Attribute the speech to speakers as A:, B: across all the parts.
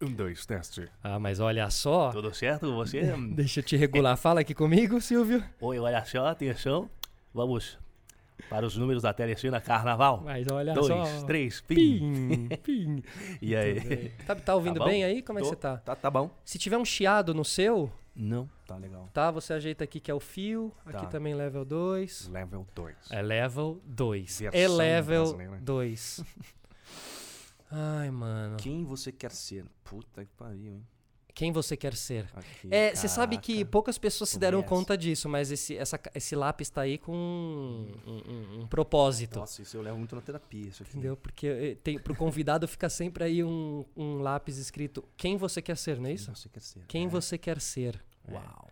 A: Um, dois, teste.
B: Ah, mas olha só.
C: Tudo certo com você?
B: Deixa eu te regular. Fala aqui comigo, Silvio.
C: Oi, olha só, atenção. Vamos para os números da telecena Carnaval.
B: Mas olha
C: Dois,
B: só.
C: três, pim.
B: Pim, pim.
C: E aí?
B: Tá, tá ouvindo
C: Tá bom?
B: bem aí? Como é que
C: Tô.
B: você tá?
C: Tá, tá bom?
B: Se tiver um chiado no seu,
C: Não, tá legal.
B: tá? Você ajeita aqui que é o fio.
C: Tá.
B: Aqui também level 2.
A: Level 2.
B: É level 2.
A: Versão
B: É level
C: né?
A: brasileira.
B: 2. Ai, mano.
C: Quem você quer ser? Puta que pariu, hein?
B: Quem você quer ser?
C: Aqui,
B: É, você sabe que
C: caraca.
B: poucas pessoas se deram
C: Conversa.
B: conta disso, mas esse, essa ca- esse lápis tá aí com um, um- um propósito.
C: Nossa, isso eu levo muito na terapia, isso aqui.
B: Entendeu? Porque eh, tem, pro convidado fica sempre aí um, um lápis escrito quem você quer ser, não é isso?
C: Quem você quer ser?
B: Quem
C: É.
B: você quer ser.
C: Uau.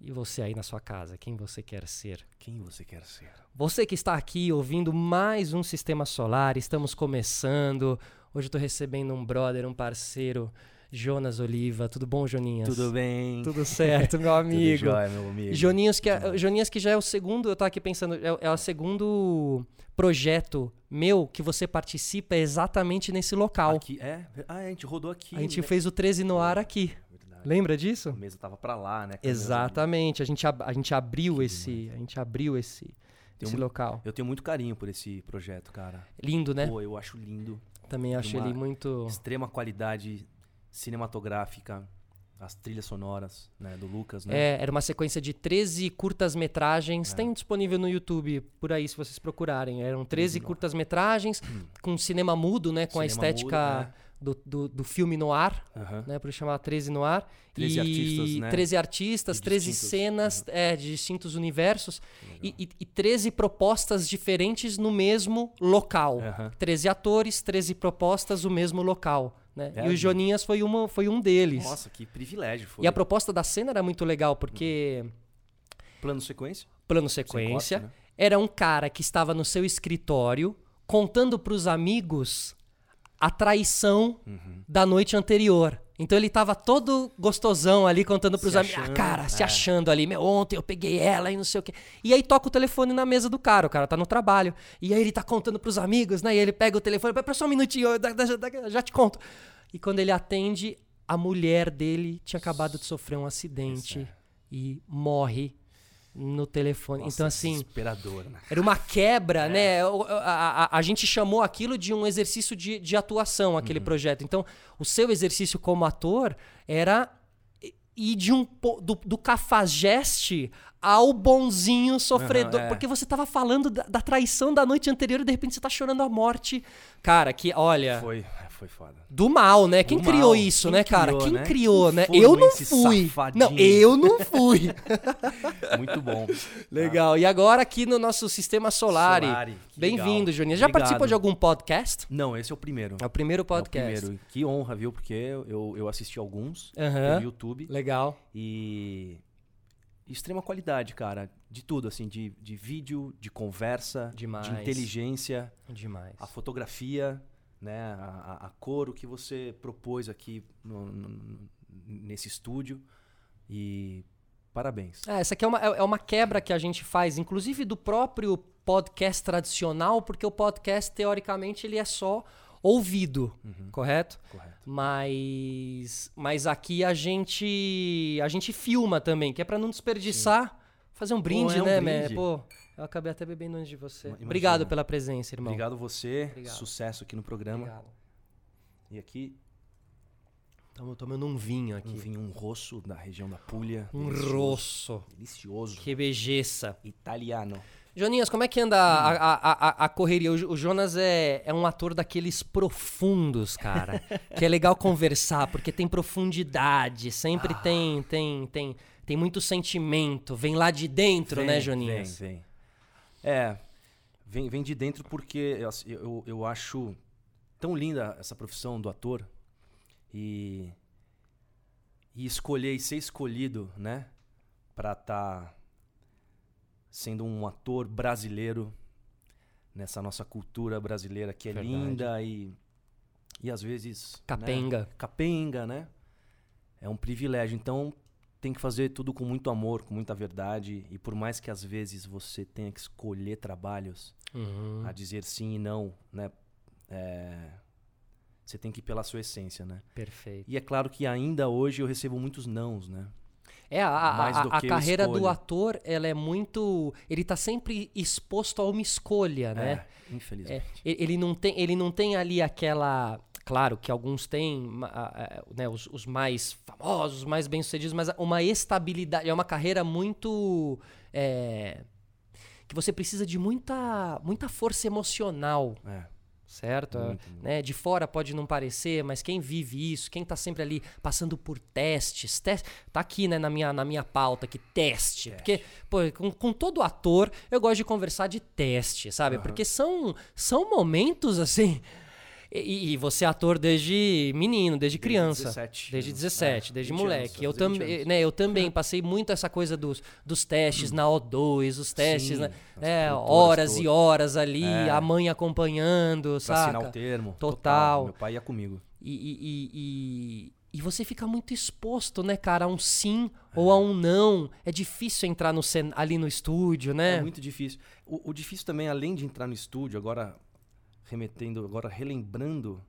B: E você aí na sua casa, quem você quer ser.
C: Quem você quer ser?
B: Você que está aqui ouvindo mais um Sistema Solar, estamos começando. Hoje eu tô recebendo um brother, um parceiro, Jonas Oliva. Tudo bom, Joninhas?
C: Tudo bem?
B: Tudo certo, meu amigo.
C: Tudo jóia, meu amigo.
B: Joninhas que, é- Joninhas que já é o segundo, eu tava aqui pensando, é, o- é o segundo projeto meu que você participa exatamente nesse local.
C: Aqui, é? Ah, a gente rodou aqui.
B: a gente
C: né?
B: fez o 13 no ar aqui.
C: Verdade.
B: Lembra
C: A
B: disso?
C: mesa tava pra lá, né? Cadê as
B: Exatamente. A gente, ab- a gente abriu esse, a gente abriu esse,
C: Tem
B: esse
C: um-
B: local.
C: Eu tenho muito carinho por esse projeto, cara.
B: Lindo, né?
C: Pô, eu acho lindo.
B: Também acho
C: uma- né?
B: ele muito
C: Extrema qualidade cinematográfica, as trilhas sonoras, né, do Lucas, né?
B: É, era uma sequência de 13
C: É.
B: curtas-metragens. Tem disponível no YouTube por aí, se vocês procurarem. Eram 13 curtas-metragens com cinema mudo, né? Com a
C: Hum. Cinema mudo,
B: estética
C: né?
B: do, do, do filme no ar,
C: Aham.
B: né? Por chamar 13 no ar.
C: 13
B: e
C: artistas, né?
B: 13 artistas,
C: De
B: 13
C: distintos, Uhum.
B: cenas é, de distintos universos e, e, e 13 propostas diferentes no mesmo local.
C: Aham.
B: 13 atores, 13 propostas, o mesmo local. Né? E
C: Velho.
B: o Joninhas foi, uma, foi um deles.
C: É Nossa, que privilégio foi. Uhum.
B: E a proposta da cena era muito legal, porque
C: Plano sequência?
B: plano sequência
C: corte, né?
B: era um cara que estava no seu escritório contando para os amigos a traição
C: Uhum.
B: da noite anterior. Então ele tava todo gostosão ali contando pros
C: Se
B: amigos. Ah,
C: achando,
B: cara, se
C: é.
B: achando ali. Meu, ontem eu peguei ela e não sei o quê. E aí toca o telefone na mesa do cara, o cara tá no trabalho. E aí ele tá contando pros amigos, né? E ele pega o telefone, pera só um minutinho, eu da- da- da- já te conto. E quando ele atende, a mulher dele tinha acabado de sofrer um acidente
C: é.
B: e morre no telefone.
C: Nossa,
B: então, assim.
C: Desesperador, né?
B: Era uma quebra, né? O- A, a- a gente chamou aquilo de um exercício de, de atuação, aquele
C: Uhum.
B: projeto. Então, o seu exercício como ator era i- ir de um, po- do, do cafajeste ao bonzinho sofredor.
C: Aham, é.
B: Porque você tava falando da, da traição da noite anterior e de repente você tá chorando a morte. Cara, que, olha.
C: Foi, foi foda.
B: Do mal, né? Quem
C: Do
B: criou
C: mal.
B: isso,
C: Quem
B: né, cara?
C: criou,
B: Quem
C: né?
B: criou,
C: Quem
B: né?
C: foram
B: Eu não
C: esses
B: fui. Não,
C: safadinhos?
B: eu não fui.
C: Muito bom.
B: Legal. E agora aqui no nosso sistema Solari.
C: Solari, que
B: Bem-vindo,
C: legal.
B: Joninha. Já
C: Obrigado.
B: participou de algum podcast?
C: Não, esse é o primeiro.
B: É o primeiro podcast.
C: É o primeiro. Que honra, viu? Porque eu, eu assisti alguns
B: Aham.
C: no YouTube.
B: Legal.
C: E extrema qualidade, cara, de tudo, assim, de, de vídeo, de conversa,
B: Demais.
C: de inteligência,
B: Demais.
C: a fotografia, né, a, a- a cor, o que você propôs aqui no- no- nesse estúdio. E parabéns.
B: É, essa aqui é uma, é é uma quebra que a gente faz, inclusive do próprio podcast tradicional, porque o podcast, teoricamente, ele é só ouvido,
C: Uhum.
B: correto?
C: Correto.
B: Mas, mas aqui a gente a gente filma também, que é pra não desperdiçar, fazer um brinde,
C: é um
B: né,
C: brinde.
B: Mé? Pô, eu acabei até bebendo antes de você.
C: Imagina.
B: Obrigado pela presença, irmão.
C: Obrigado você,
B: Tá Obrigado.
C: sucesso aqui no programa.
B: Obrigado.
C: E aqui,
B: Estamos tomando um vinho
C: um
B: aqui.
C: vinho, um rosso da região da Puglia.
B: Um,
C: Delicioso.
B: rosso.
C: Delicioso.
B: Que beleza.
C: Italiano.
B: Joninhas, como é que anda
C: Hum.
B: a, a- a- a- a correria? O, Jo- o Jonas é, é um ator daqueles profundos, cara. que é legal conversar, porque tem profundidade,
C: Ah.
B: sempre tem, tem, tem, tem muito sentimento. Vem lá de dentro,
C: Vem,
B: né, Joninhas?
C: Vem, vem. É, vem, vem de dentro porque assim, eu, ass- eu, eu acho tão linda essa profissão do ator e, e escolher e ser escolhido, né, pra estar sendo um ator brasileiro nessa nossa cultura brasileira que é
B: Verdade.
C: linda e e às vezes né,
B: Capenga.
C: capenga, né? É um privilégio. Então tem que fazer tudo com muito amor, com muita verdade. E por mais que às vezes você tenha que escolher trabalhos
B: Uhum.
C: a dizer sim e não, né? É, Você tem que ir pela sua essência, né?
B: Perfeito.
C: E é claro que ainda hoje eu recebo muitos nãos, né?
B: É, a, a,
C: Mais
B: a-
C: do
B: a
C: que eu
B: carreira do
C: escolho.
B: ator, ela é muito. Ele tá sempre exposto a uma escolha, né?
C: É,
B: É,
C: infelizmente.
B: e- ele, não tem, ele não tem ali aquela. Claro que alguns têm, ma- a- a- né, os, os mais famosos, os mais bem-sucedidos, mas uma estabilidade. É uma carreira muito. é, que você precisa de muita, muita força emocional,
C: É,
B: certo?
C: muito,
B: né? De fora pode não parecer, mas quem vive isso, quem tá sempre ali passando por testes, testes tá aqui, né, na minha, na minha pauta aqui, teste. Porque, pô, com, com todo ator, eu gosto de conversar de teste, sabe? Porque são, são momentos assim. E, e você é ator desde menino, desde criança.
C: 17
B: Desde
C: anos.
B: 17,
C: É,
B: desde
C: 20 anos,
B: moleque. eu,
C: fazer 20
B: também,
C: anos.
B: né, eu também passei muito essa coisa dos, dos testes na O2, os testes,
C: Sim,
B: né,
C: as
B: é,
C: produtoras
B: horas
C: todas.
B: e horas ali,
C: É.
B: a mãe acompanhando,
C: Pra assinar o
B: saca?
C: termo.
B: Total.
C: Meu pai ia comigo.
B: E, e, e, e, e você fica muito exposto, né, cara, a um sim
C: É.
B: ou a um não. É difícil entrar no cen- ali no estúdio,
C: É,
B: né?
C: muito difícil. O, o difícil também, além de entrar no estúdio, agora remetendo, agora relembrando,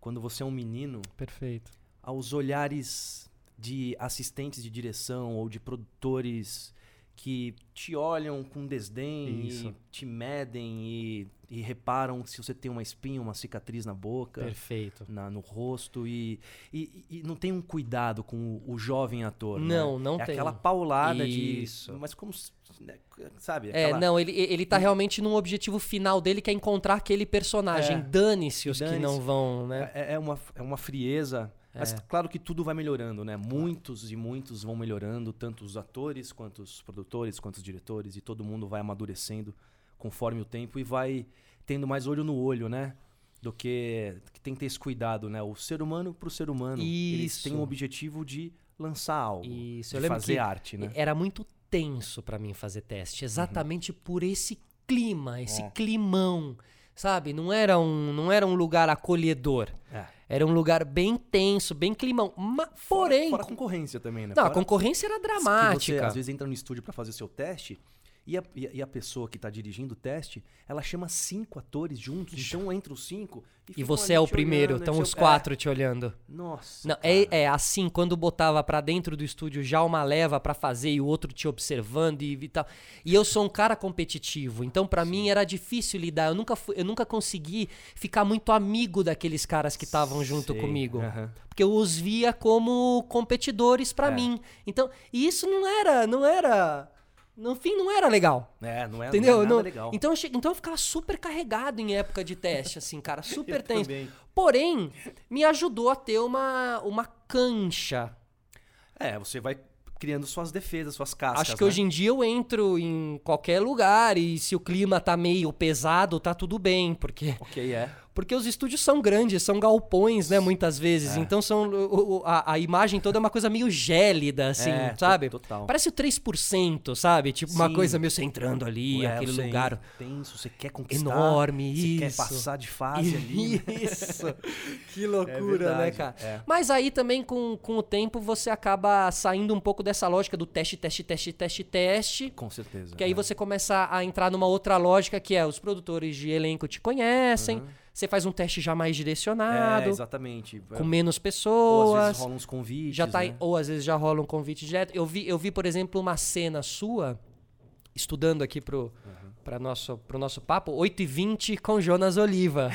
C: quando você é um menino,
B: Perfeito.
C: aos olhares de assistentes de direção ou de produtores que te olham com desdém
B: Isso.
C: e te medem e, e reparam se você tem uma espinha, uma cicatriz na boca,
B: Perfeito.
C: na, no rosto e, e, e não tem um cuidado com o, o jovem ator. né?
B: Não, não
C: é
B: tem.
C: Aquela paulada
B: Isso.
C: de. Mas como. s- né, Sabe?
B: É,
C: aquela-
B: não, ele, ele tá realmente num objetivo final dele, que é encontrar aquele personagem.
C: É.
B: Dane-se os que
C: Dane-se.
B: não vão, né?
C: É, é uma, é uma frieza. Mas
B: É.
C: claro que tudo vai melhorando, né? Muitos e muitos vão melhorando, tanto os atores, quanto os produtores, quanto os diretores, e todo mundo vai amadurecendo conforme o tempo e vai tendo mais olho no olho, né? Do que, que tem que ter esse cuidado, né? O ser humano pro ser humano. Eles têm um
B: Isso.
C: objetivo de lançar algo,
B: Isso, eu
C: de
B: lembro
C: fazer
B: que
C: arte, né? Uhum.
B: Era muito tenso pra mim fazer teste, exatamente por esse clima, esse
C: É.
B: climão, sabe? Não era um, não era um lugar acolhedor.
C: É.
B: Era um lugar bem tenso, bem climão. Mas, porém,
C: Fora a concorrência também, né?
B: não, a
C: Fora-
B: concorrência era
C: que
B: dramática.
C: Você, é, às vezes entra no estúdio pra fazer o seu teste e a, e a- e a pessoa que tá dirigindo o teste, ela chama cinco atores juntos, então entra os cinco.
B: e
C: ficam
B: você
C: ali
B: é o
C: te
B: primeiro,
C: olhando,
B: estão
C: você-
B: os
C: é.
B: quatro te olhando.
C: Nossa.
B: Não,
C: cara.
B: é, é assim, quando botava pra dentro do estúdio já uma leva pra fazer e o outro te observando e, e tal. E eu sou um cara competitivo, então pra mim era difícil lidar. Eu nunca, fui- eu nunca consegui ficar muito amigo daqueles caras que estavam junto
C: Sei.
B: comigo.
C: Aham.
B: Porque eu os via como competidores pra
C: É.
B: mim. Então, e isso não era, não era. No fim, não era legal.
C: É, não é,
B: Entendeu?
C: não é nada
B: Não-
C: legal.
B: Então, eu che- então eu ficava super carregado em época de teste, assim, cara, super tenso.
C: também.
B: Porém, me ajudou a ter uma, uma cancha.
C: É, você vai criando suas defesas, suas cascas.
B: Acho que hoje
C: né?
B: em dia eu entro em qualquer lugar e se o clima tá meio pesado, tá tudo bem, porque
C: Ok, é.
B: porque os estúdios são grandes, são galpões, né, muitas
C: É.
B: vezes. Então são o- o- a, a imagem toda é uma coisa meio gélida assim,
C: É, to-
B: sabe?
C: total.
B: Parece o 3%, sabe? Tipo uma
C: Sim.
B: coisa meio você entrando ali,
C: É,
B: aquele
C: você
B: lugar
C: é Tenso, você quer conquistar.
B: Enorme,
C: você quer
B: isso.
C: passar de fase ali. né? É
B: Isso. que loucura,
C: verdade,
B: né, cara?
C: é.
B: Mas aí também com, com o tempo você acaba saindo um pouco dessa lógica do teste, teste, teste, teste, teste.
C: Com certeza.
B: Que aí
C: é.
B: você começa a entrar numa outra lógica que é os produtores de elenco te conhecem, você faz um teste já
C: Uhum. É,
B: mais direcionado,
C: exatamente.
B: com menos
C: Ou às
B: pessoas.
C: vezes rolam uns convites.
B: já tá, em-
C: né?
B: Ou às vezes já rola um convite direto. Eu vi, eu vi por exemplo, uma cena sua, estudando aqui pro,
C: Uhum.
B: pra nosso, pro nosso papo, 8h20 com Jonas Oliva.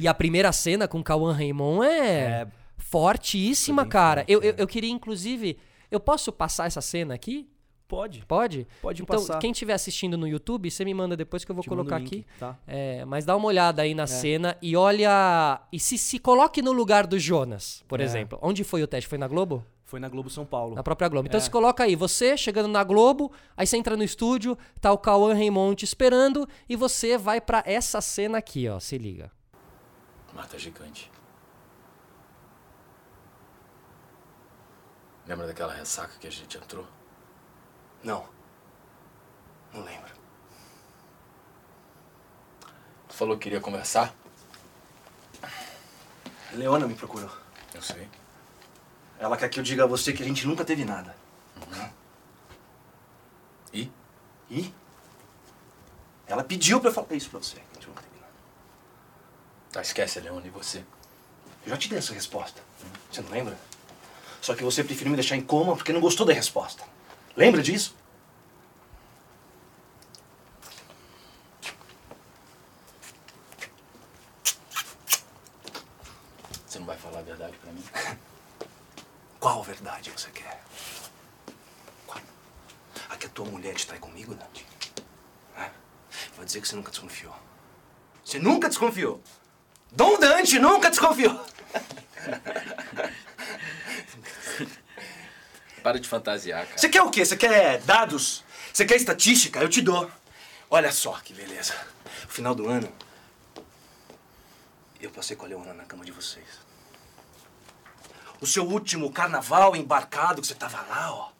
B: e a primeira cena com Cauã Raymond é,
C: É.
B: fortíssima,
C: Foi bem
B: cara.
C: forte,
B: eu, eu,
C: é.
B: eu queria, inclusive. Eu posso passar essa cena aqui?
C: Pode.
B: Pode?
C: Pode
B: então,
C: passar.
B: quem estiver assistindo no YouTube, você me manda depois que eu vou
C: Te mando
B: colocar
C: o
B: aqui.
C: link, Tá.
B: É, mas dá uma olhada aí na cena e olha. E se se coloque no lugar do Jonas, por
C: É.
B: exemplo. Onde foi o teste? Foi na Globo?
C: Foi na Globo São Paulo.
B: Na própria Globo. Então
C: É.
B: se coloca aí, você chegando na Globo, aí você entra no estúdio, tá o Cauã Raymond te esperando e você vai pra essa cena aqui, ó. Se liga.
A: Mata gigante. Lembra daquela ressaca que a gente entrou?
D: Não. Não lembro.
A: Tu falou que queria conversar?
D: Leona me procurou.
A: Eu sei.
D: Ela quer que eu diga a você que a gente nunca teve nada.
A: E?
D: E? Ela pediu pra eu falar isso pra você. que a gente nunca teve nada.
A: Tá, esquece a Leona e você.
D: Eu já te dei essa resposta. Você não lembra? Só que você preferiu me deixar em coma porque não gostou da resposta. Lembra disso?
A: Você não vai falar a verdade pra mim?
D: Qual verdade você quer? Qual? A que a tua mulher te trai comigo, Dante? Hã? Vai dizer que você nunca desconfiou. Você nunca desconfiou! Dom Dante nunca desconfiou!
A: Para de fantasiar, cara.
D: Você quer o quê? Você quer dados? Você quer estatística? Eu te dou. Olha só que beleza. No final do ano, eu passei com a Leona na cama de vocês. O seu último carnaval embarcado que você tava lá, ó.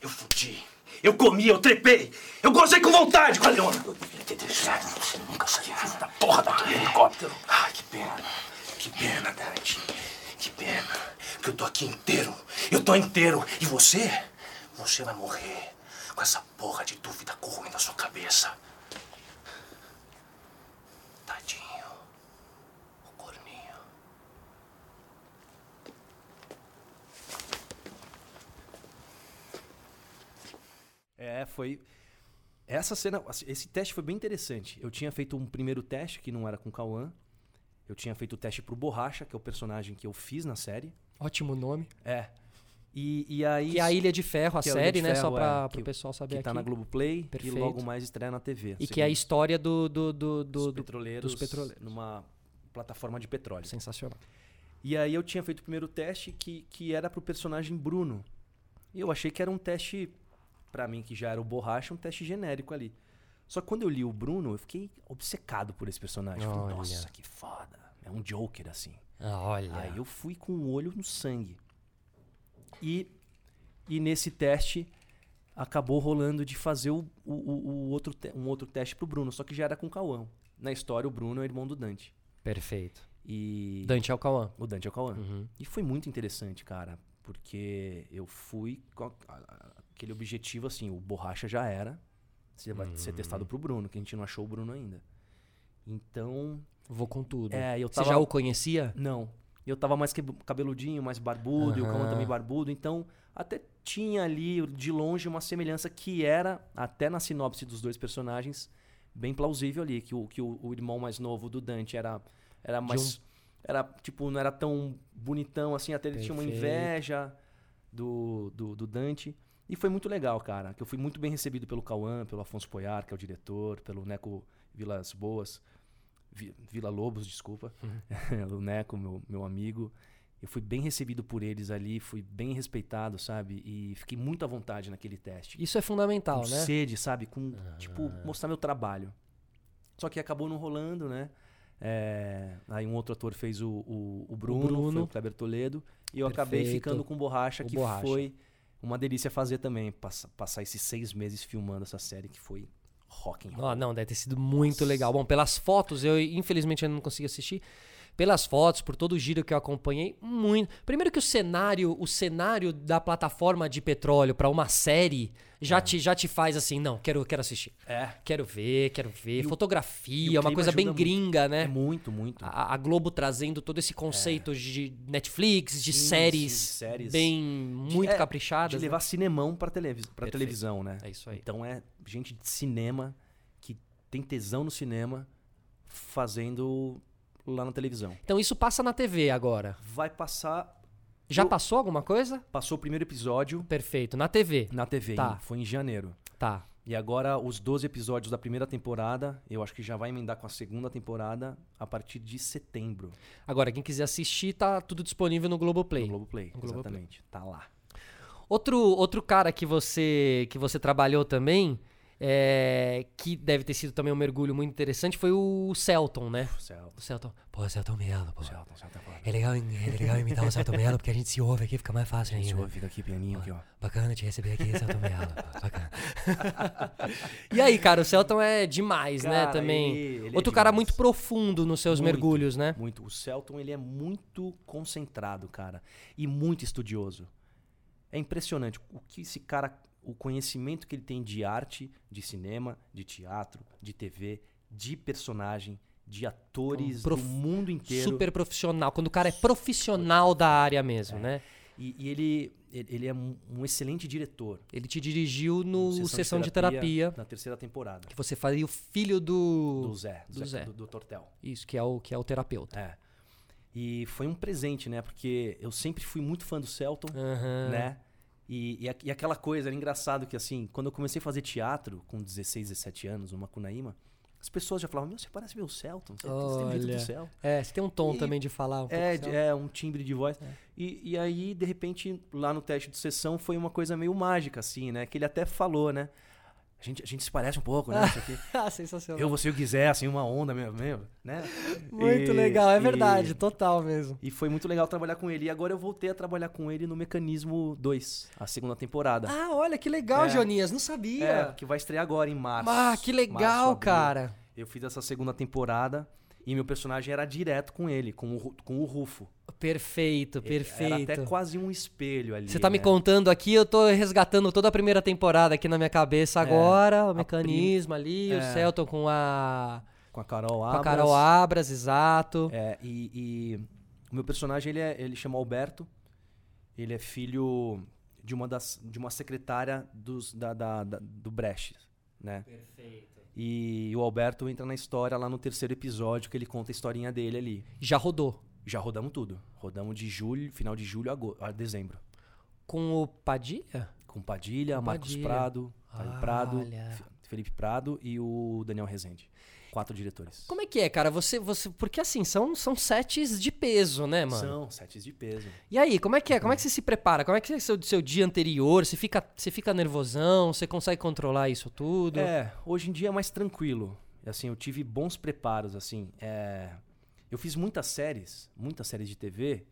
D: Eu fudi. Eu comi, eu trepei. Eu gozei com vontade com a Leona. Eu devia ter deixado você nunca sair da porra daquele helicóptero. Ah, que pena. Que pena, Dante. Que pena. Que eu tô aqui inteiro. Eu tô inteiro. E você? Você vai morrer com essa porra de dúvida corroendo a sua cabeça. Tadinho. O corninho.
C: É, foi. Essa cena, assim, esse teste foi bem interessante. Eu tinha feito um primeiro teste que não era com o Cauã. Eu tinha feito o teste pro Borracha, que é o personagem que eu fiz na série.
B: Ótimo nome.
C: É. E, e aí.
B: E a Ilha de Ferro, a
C: Que é o Ilha
B: série,
C: de
B: né? só
C: Ferro,
B: pra,
C: é,
B: pro
C: que-
B: pessoal saber
C: que tá
B: aqui.
C: na Globoplay
B: Perfeito.
C: e logo mais estreia na TV.
B: E que é a
C: segundo
B: história do, do, do, do,
C: os
B: do-
C: petroleiros,
B: dos petroleiros.
C: Numa plataforma de petróleo.
B: Sensacional.
C: E aí eu tinha feito o primeiro teste que, que era pro personagem Bruno. E eu achei que era um teste, pra mim que já era o borracha, um teste genérico ali. Só que quando eu li o Bruno, eu fiquei obcecado por esse personagem. Eu Falei,
B: Olha. É.
C: Nossa, que foda. É um Joker assim.
B: olha.
C: Aí eu fui com o olho no sangue. E, e nesse teste acabou rolando de fazer o, o- o- o outro te- um outro teste pro Bruno, só que já era com o Cauã. Na história, o Bruno é irmão do Dante.
B: Perfeito.
C: E.
B: Dante Alcauã.
C: O Dante é o Cauã. E foi muito interessante, cara, porque eu fui com a- a- aquele objetivo assim, o borracha já era. Você vai ser testado
B: Uhum.
C: pro Bruno, que a gente não achou o Bruno ainda. Então,
B: Vou com tudo.
C: É, eu
B: Você
C: tava-
B: já o conhecia?
C: não. Eu tava mais que- cabeludinho, mais barbudo, e o Cauã
B: Aham.
C: também barbudo, então até tinha ali de longe uma semelhança que era, até na sinopse dos dois personagens, bem plausível ali, que o, que o, o irmão mais novo do Dante era, era mais.
B: um
C: Era, tipo, não era tão bonitão assim, até ele tinha uma
B: Perfeito.
C: inveja do, do, do Dante. E foi muito legal, cara. Que eu fui muito bem recebido pelo Cauã, pelo Afonso Poyar, que é o diretor, pelo Neco Vilas Boas. Vi- Vila Lobos, desculpa.
B: Uhum.
C: o Neco, meu, meu amigo. Eu fui bem recebido por eles ali, fui bem respeitado, sabe? E fiquei muito à vontade naquele teste.
B: Isso é fundamental,
C: com
B: né? Ah.
C: sede, sabe? Com, tipo, mostrar meu trabalho. Só que acabou não rolando, né? É, aí um outro ator fez o, o, o Bruno,
B: Bruno.
C: foi o Kleber Toledo. E eu acabei
B: Perfeito.
C: ficando com Borracha,
B: O
C: que
B: Borracha.
C: foi uma delícia fazer também. Passar, passar esses seis meses filmando essa série, que foi rock and roll.
B: Ó, não, deve ter sido muito legal. Bom, pelas fotos, eu infelizmente ainda não consegui assistir. Pelas fotos, por todo o giro que eu acompanhei, muito. Primeiro que o cenário, o cenário da plataforma de petróleo pra uma série já, te, já te faz assim, não, quero, quero assistir.
C: É.
B: Quero ver, quero ver.
C: E o- e o
B: Fotografia, é uma
C: clima
B: coisa bem
C: ajuda muito.
B: gringa, né?
C: É muito, muito.
B: A, a Globo trazendo todo esse conceito de Netflix, de
C: Sim,
B: séries,
C: sim, de séries.
B: bem muito
C: é,
B: caprichadas.
C: de
B: né?
C: levar cinemão pra, televis pra
B: Perfeito.
C: televisão, né?
B: É isso aí.
C: Então é gente de cinema que tem tesão no cinema fazendo lá na televisão.
B: Então isso passa na TV agora.
C: Vai passar.
B: Já
C: Eu-
B: passou alguma coisa?
C: Passou o primeiro episódio
B: Perfeito, na TV.
C: na TV,
B: Tá.
C: em- foi em janeiro.
B: Tá.
C: E agora os 12 episódios da primeira temporada, eu acho que já vai emendar com a segunda temporada a partir de setembro
B: Agora, quem quiser assistir, tá tudo disponível no Globoplay.
C: no Globoplay.
B: No Globoplay.
C: Exatamente. Tá lá.
B: Outro, outro cara que você que você trabalhou também, é, que deve ter sido também um mergulho muito interessante, foi o Celton, né?
C: Celta,
B: O Celton. Pô, o Celton Melo, pô.
C: Celta, Celta agora.
B: É legal, é legal imitar o Celton Melo, porque a gente se ouve aqui, fica mais fácil
C: Gente,
B: ainda.
C: ó, fica aqui pianinho aqui, ó.
B: Bacana te receber aqui, Celton Melo. Bacana. e aí, cara, o Celton é demais, né,
C: Cara,
B: também.
C: ele- ele é
B: Outro cara
C: demais.
B: muito profundo nos seus
C: Muito,
B: mergulhos, né?
C: Muito. O Celton, ele é muito concentrado, cara. E muito estudioso. É impressionante o que esse cara... O conhecimento que ele tem de arte, de cinema, de teatro, de TV, de personagem, de atores
B: Um prof-
C: do mundo inteiro.
B: Super profissional. Quando o cara é profissional da área mesmo,
C: É.
B: né?
C: E, e ele, ele ele é um um excelente diretor.
B: Ele te dirigiu no Sessão, de, terapia,
C: Na terceira temporada.
B: que você fazia o filho do...
C: Do Zé.
B: do Zé.
C: do- do Tortel.
B: Isso, que é o, que é o terapeuta.
C: É. E foi um presente, né? Porque eu sempre fui muito fã do Celton,
B: Aham.
C: né? E, e, a- e aquela coisa, era engraçado que assim, quando eu comecei a fazer teatro com 16, 17 anos, no Macunaíma, as pessoas já falavam, meu, você parece meu Celton, você, você tem jeito
B: Olha.
C: do Celton.
B: É, você tem um tom
C: E-
B: também de falar um pouco.
C: É,
B: sabe?
C: é, um timbre de voz. E, e aí, de repente, lá no teste de sessão foi uma coisa meio mágica, assim, né? Que ele até falou, né? A gente, a gente se parece um pouco, né? Isso aqui.
B: Ah, sensacional.
C: Eu, você e o Guizé, assim, uma onda mesmo, mesmo né?
B: Muito
C: E-
B: legal, é
C: e-
B: verdade, total mesmo.
C: E foi muito legal trabalhar com ele. E agora eu voltei a trabalhar com ele no Mecanismo 2, a segunda temporada.
B: Ah, olha que legal,
C: É.
B: Joninhas, não
C: é,
B: sabia.
C: que vai estrear agora em março.
B: ah, que legal,
C: Março, abril.
B: cara.
C: Eu fiz essa segunda temporada e meu personagem era direto com ele, com o, Ru- com o Rufo.
B: Perfeito,
C: Era
B: perfeito.
C: até quase um espelho ali.
B: Você tá me
C: né?
B: contando aqui, eu tô resgatando toda a primeira temporada aqui na minha
C: É,
B: cabeça agora, o mecanismo ali, o Celton com a,
C: Com a Carol
B: com a
C: é. Abras.
B: Carol Abras, exato.
C: É, e, e o meu personagem, ele, é, ele chama Alberto. Ele é filho de uma, das, de uma secretária dos, da, da- da- do Brecht, né?
B: Perfeito.
C: E o Alberto entra na história lá no terceiro episódio, que ele conta a historinha dele ali.
B: Já rodou
C: Já rodamos tudo. Rodamos de julho, final de julho a, go- a dezembro.
B: com o Padilha?
C: Com Padilha,
B: Com
C: Marcos
B: Padilha.
C: Prado, Caio Prado,
B: Olha.
C: F- Felipe Prado e o Daniel Rezende. Quatro diretores.
B: Como é que é, cara? Você, você, porque assim são são sets de peso, né, mano?
C: São sets de peso.
B: E aí, como é que é? Como é que você se prepara? Como é que é o seu, seu dia anterior? Você fica, você fica nervosão? Você consegue controlar isso tudo?
C: É, hoje em dia é mais tranquilo. Assim, eu tive bons preparos, assim. é, eu fiz muitas séries, muitas séries de TV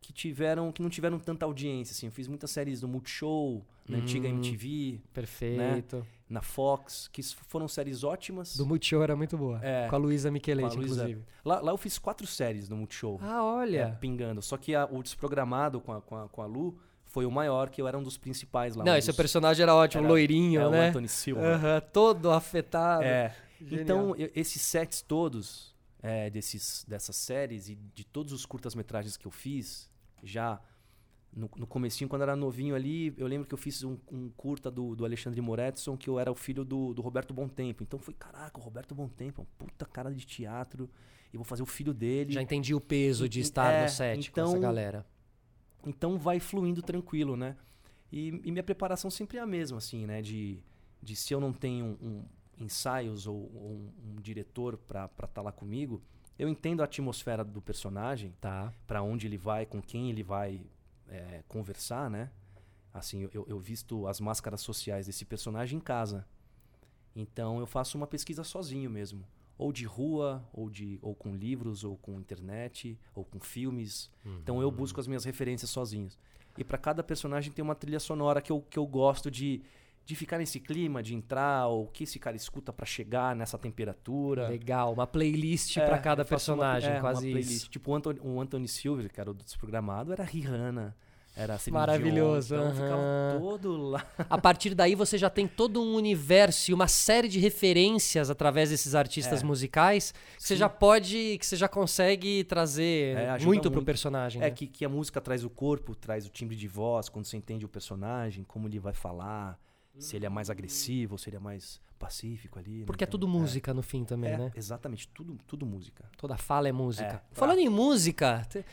C: que tiveram, que não tiveram tanta audiência, assim. Eu fiz muitas séries no Multishow, na
B: Hum.
C: antiga MTV,
B: Perfeito.
C: na Fox, que s- foram séries ótimas.
B: Do Multishow era muito boa.
C: É.
B: Com a Luísa
C: Com a
B: Micheletti,
C: Luísa.
B: inclusive.
C: Lá, lá eu fiz quatro séries no Multishow.
B: Ah,
C: é,
B: olha.
C: pingando. Só que a- o desprogramado com a, com, a, com a Lu foi o maior, que eu era um dos principais lá.
B: Não,
C: um
B: esse
C: dos-
B: personagem era ótimo,
C: era-
B: loirinho,
C: é, o
B: né?
C: Anthony Silva.
B: Aham, todo afetado.
C: É.
B: Genial.
C: Então, eu- esses sets todos é, desses, dessas séries e de todos os curtas-metragens que eu fiz, já no, no comecinho, quando eu era novinho ali, eu lembro que eu fiz um, um curta do, do Alexandre Moretson, que eu era o filho do, do Roberto Tempo. Então, foi, caraca, o Roberto Tempo é um puta cara de teatro, e vou fazer o filho dele.
B: Já entendi o peso de estar
C: É,
B: no set com essa
C: então-
B: galera.
C: Então vai fluindo tranquilo, né? E, e minha preparação sempre é a mesma, assim, né? De, de se eu não tenho um, ensaios ou, ou um, um diretor pra estar lá comigo, eu entendo a atmosfera do personagem,
B: Tá.
C: pra onde ele vai, com quem ele vai é, conversar, né? Assim, eu- eu, eu visto as máscaras sociais desse personagem em casa. Então eu faço uma pesquisa sozinho mesmo. Ou de rua, ou, de, ou com livros, ou com internet, ou com filmes. Então
B: Uhum.
C: eu busco as minhas referências sozinhos. E pra cada personagem tem uma trilha sonora que eu, que eu gosto de, de ficar nesse clima, de entrar, ou o que esse cara escuta pra chegar nessa temperatura.
B: Legal. Uma playlist
C: É,
B: pra cada
C: eu faço uma-
B: personagem,
C: é, uma
B: quase
C: playlist.
B: isso.
C: Tipo, o Anthony, o Anthony Silver, que era o desprogramado, era Rihanna. Era Celine Dion,
B: Maravilhoso,
C: então eu
B: aham.
C: ficava todo lá.
B: A partir daí você já tem todo um universo e uma série de referências através desses
C: É.
B: artistas musicais que você já pode, que você já consegue trazer
C: É, ajuda
B: muito pro
C: muito.
B: personagem.
C: É
B: né?
C: que, que a música traz o corpo, traz o timbre de voz, quando você entende o personagem, como ele vai falar, se ele é mais agressivo, se ele é mais pacífico ali. né?
B: Porque é
C: Então,
B: tudo música no fim também,
C: É,
B: né?
C: exatamente, tudo, tudo música.
B: Toda fala é música.
C: É.
B: Falando em música, te-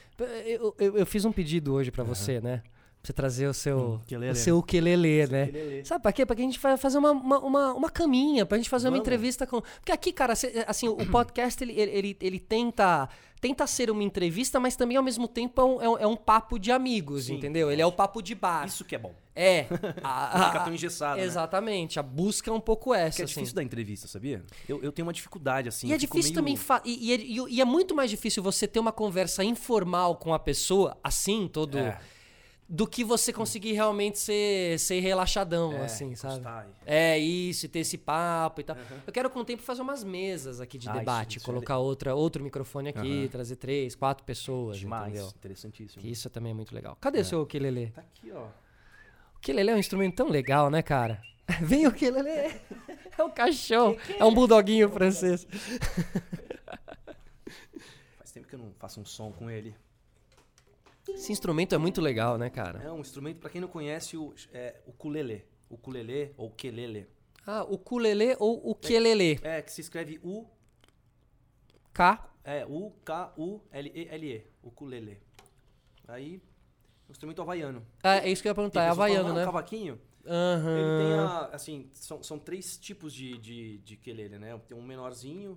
B: eu, eu- eu fiz um pedido hoje pra você, né? Pra você trazer o seu,
C: ukulele.
B: o seu ukulele, né?
C: ukulele.
B: Sabe pra quê? Pra que a gente vai fazer uma, uma, uma, uma caminha, pra gente fazer uma
C: Vamos.
B: entrevista com... Porque aqui, cara, cê- assim, o- o podcast, ele, ele, ele- ele tenta, tenta ser uma entrevista, mas também, ao mesmo tempo, é um, é um, é um papo de amigos,
C: Sim.
B: entendeu? Ele é o papo de bar.
C: Isso que é bom.
B: É. A- a-
C: Fica tão engessado, né?
B: Exatamente. A busca é um pouco essa,
C: Porque é
B: assim.
C: difícil dar entrevista, sabia? Eu, eu tenho uma dificuldade, assim.
B: E é
C: eu fico
B: difícil
C: meio-
B: também. fa- E, e é- e o- e é muito mais difícil você ter uma conversa informal com a pessoa, assim, todo.
C: É.
B: Do que você conseguir realmente ser, ser relaxadão,
C: É,
B: assim, sabe?
C: encostar e-
B: É, isso, e ter esse papo e tal. Eu quero, com o tempo, fazer umas mesas aqui de
C: Ah, isso-
B: debate,
C: isso é
B: colocar outra, outro microfone aqui,
C: Aham.
B: trazer três, quatro pessoas,
C: Demais,
B: entendeu?
C: interessantíssimo.
B: Que isso também é muito legal. Cadê o seu ukelele?
C: Tá aqui, ó.
B: Ukelele é um instrumento tão legal, né, cara? Vem o
C: é?
B: ukelele! É um cachorro, é um bulldoguinho francês.
C: tempo que eu não faço um som com ele.
B: Esse instrumento é muito legal, né, cara?
C: É um instrumento, pra quem não conhece, o, é, o ukulele. O ukulele ou quelele.
B: Ah, o culelê ou o quelelê?
C: É, que se escreve U,
B: K.
C: é, U-K-U-L-E-L-E. O ukulele. Aí, um instrumento havaiano.
B: Ah, é isso que eu ia perguntar,
C: Tem
B: é
C: pessoa falando,
B: havaiano,
C: "Ah,
B: né? Ah.
C: cavaquinho?
B: Aham.
C: Ele tem a, assim, são, são três tipos de, de, de quelele, né? Tem um menorzinho,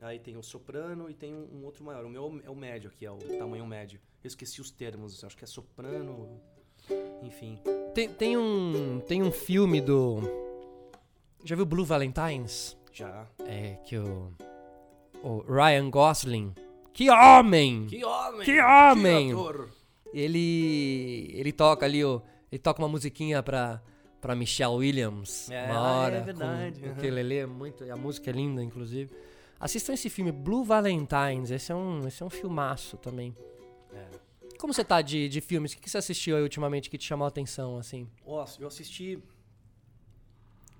C: aí tem o soprano e tem um, um outro maior. O meu é o médio aqui, é o tamanho médio. Eu esqueci os termos, acho que é soprano, enfim.
B: Tem, tem um, tem um filme do. Já viu Blue Valentines?
C: Já.
B: É que o. O Ryan Gosling. Que homem!
C: Que homem!
B: Que homem!
C: Que ator!
B: Ele. Ele toca ali o. Ele toca uma musiquinha pra, pra Michelle Williams.
C: É,
B: uma
C: ah, é
B: hora.
C: verdade,
B: Com,
C: aham.
B: com que ele lê muito. E a música é linda, inclusive. Assistam esse filme, Blue Valentines. Esse é um, esse é um filmaço também. Como você tá de, de filmes? O que que você assistiu aí ultimamente que te chamou a atenção, assim?
C: Ó, eu assisti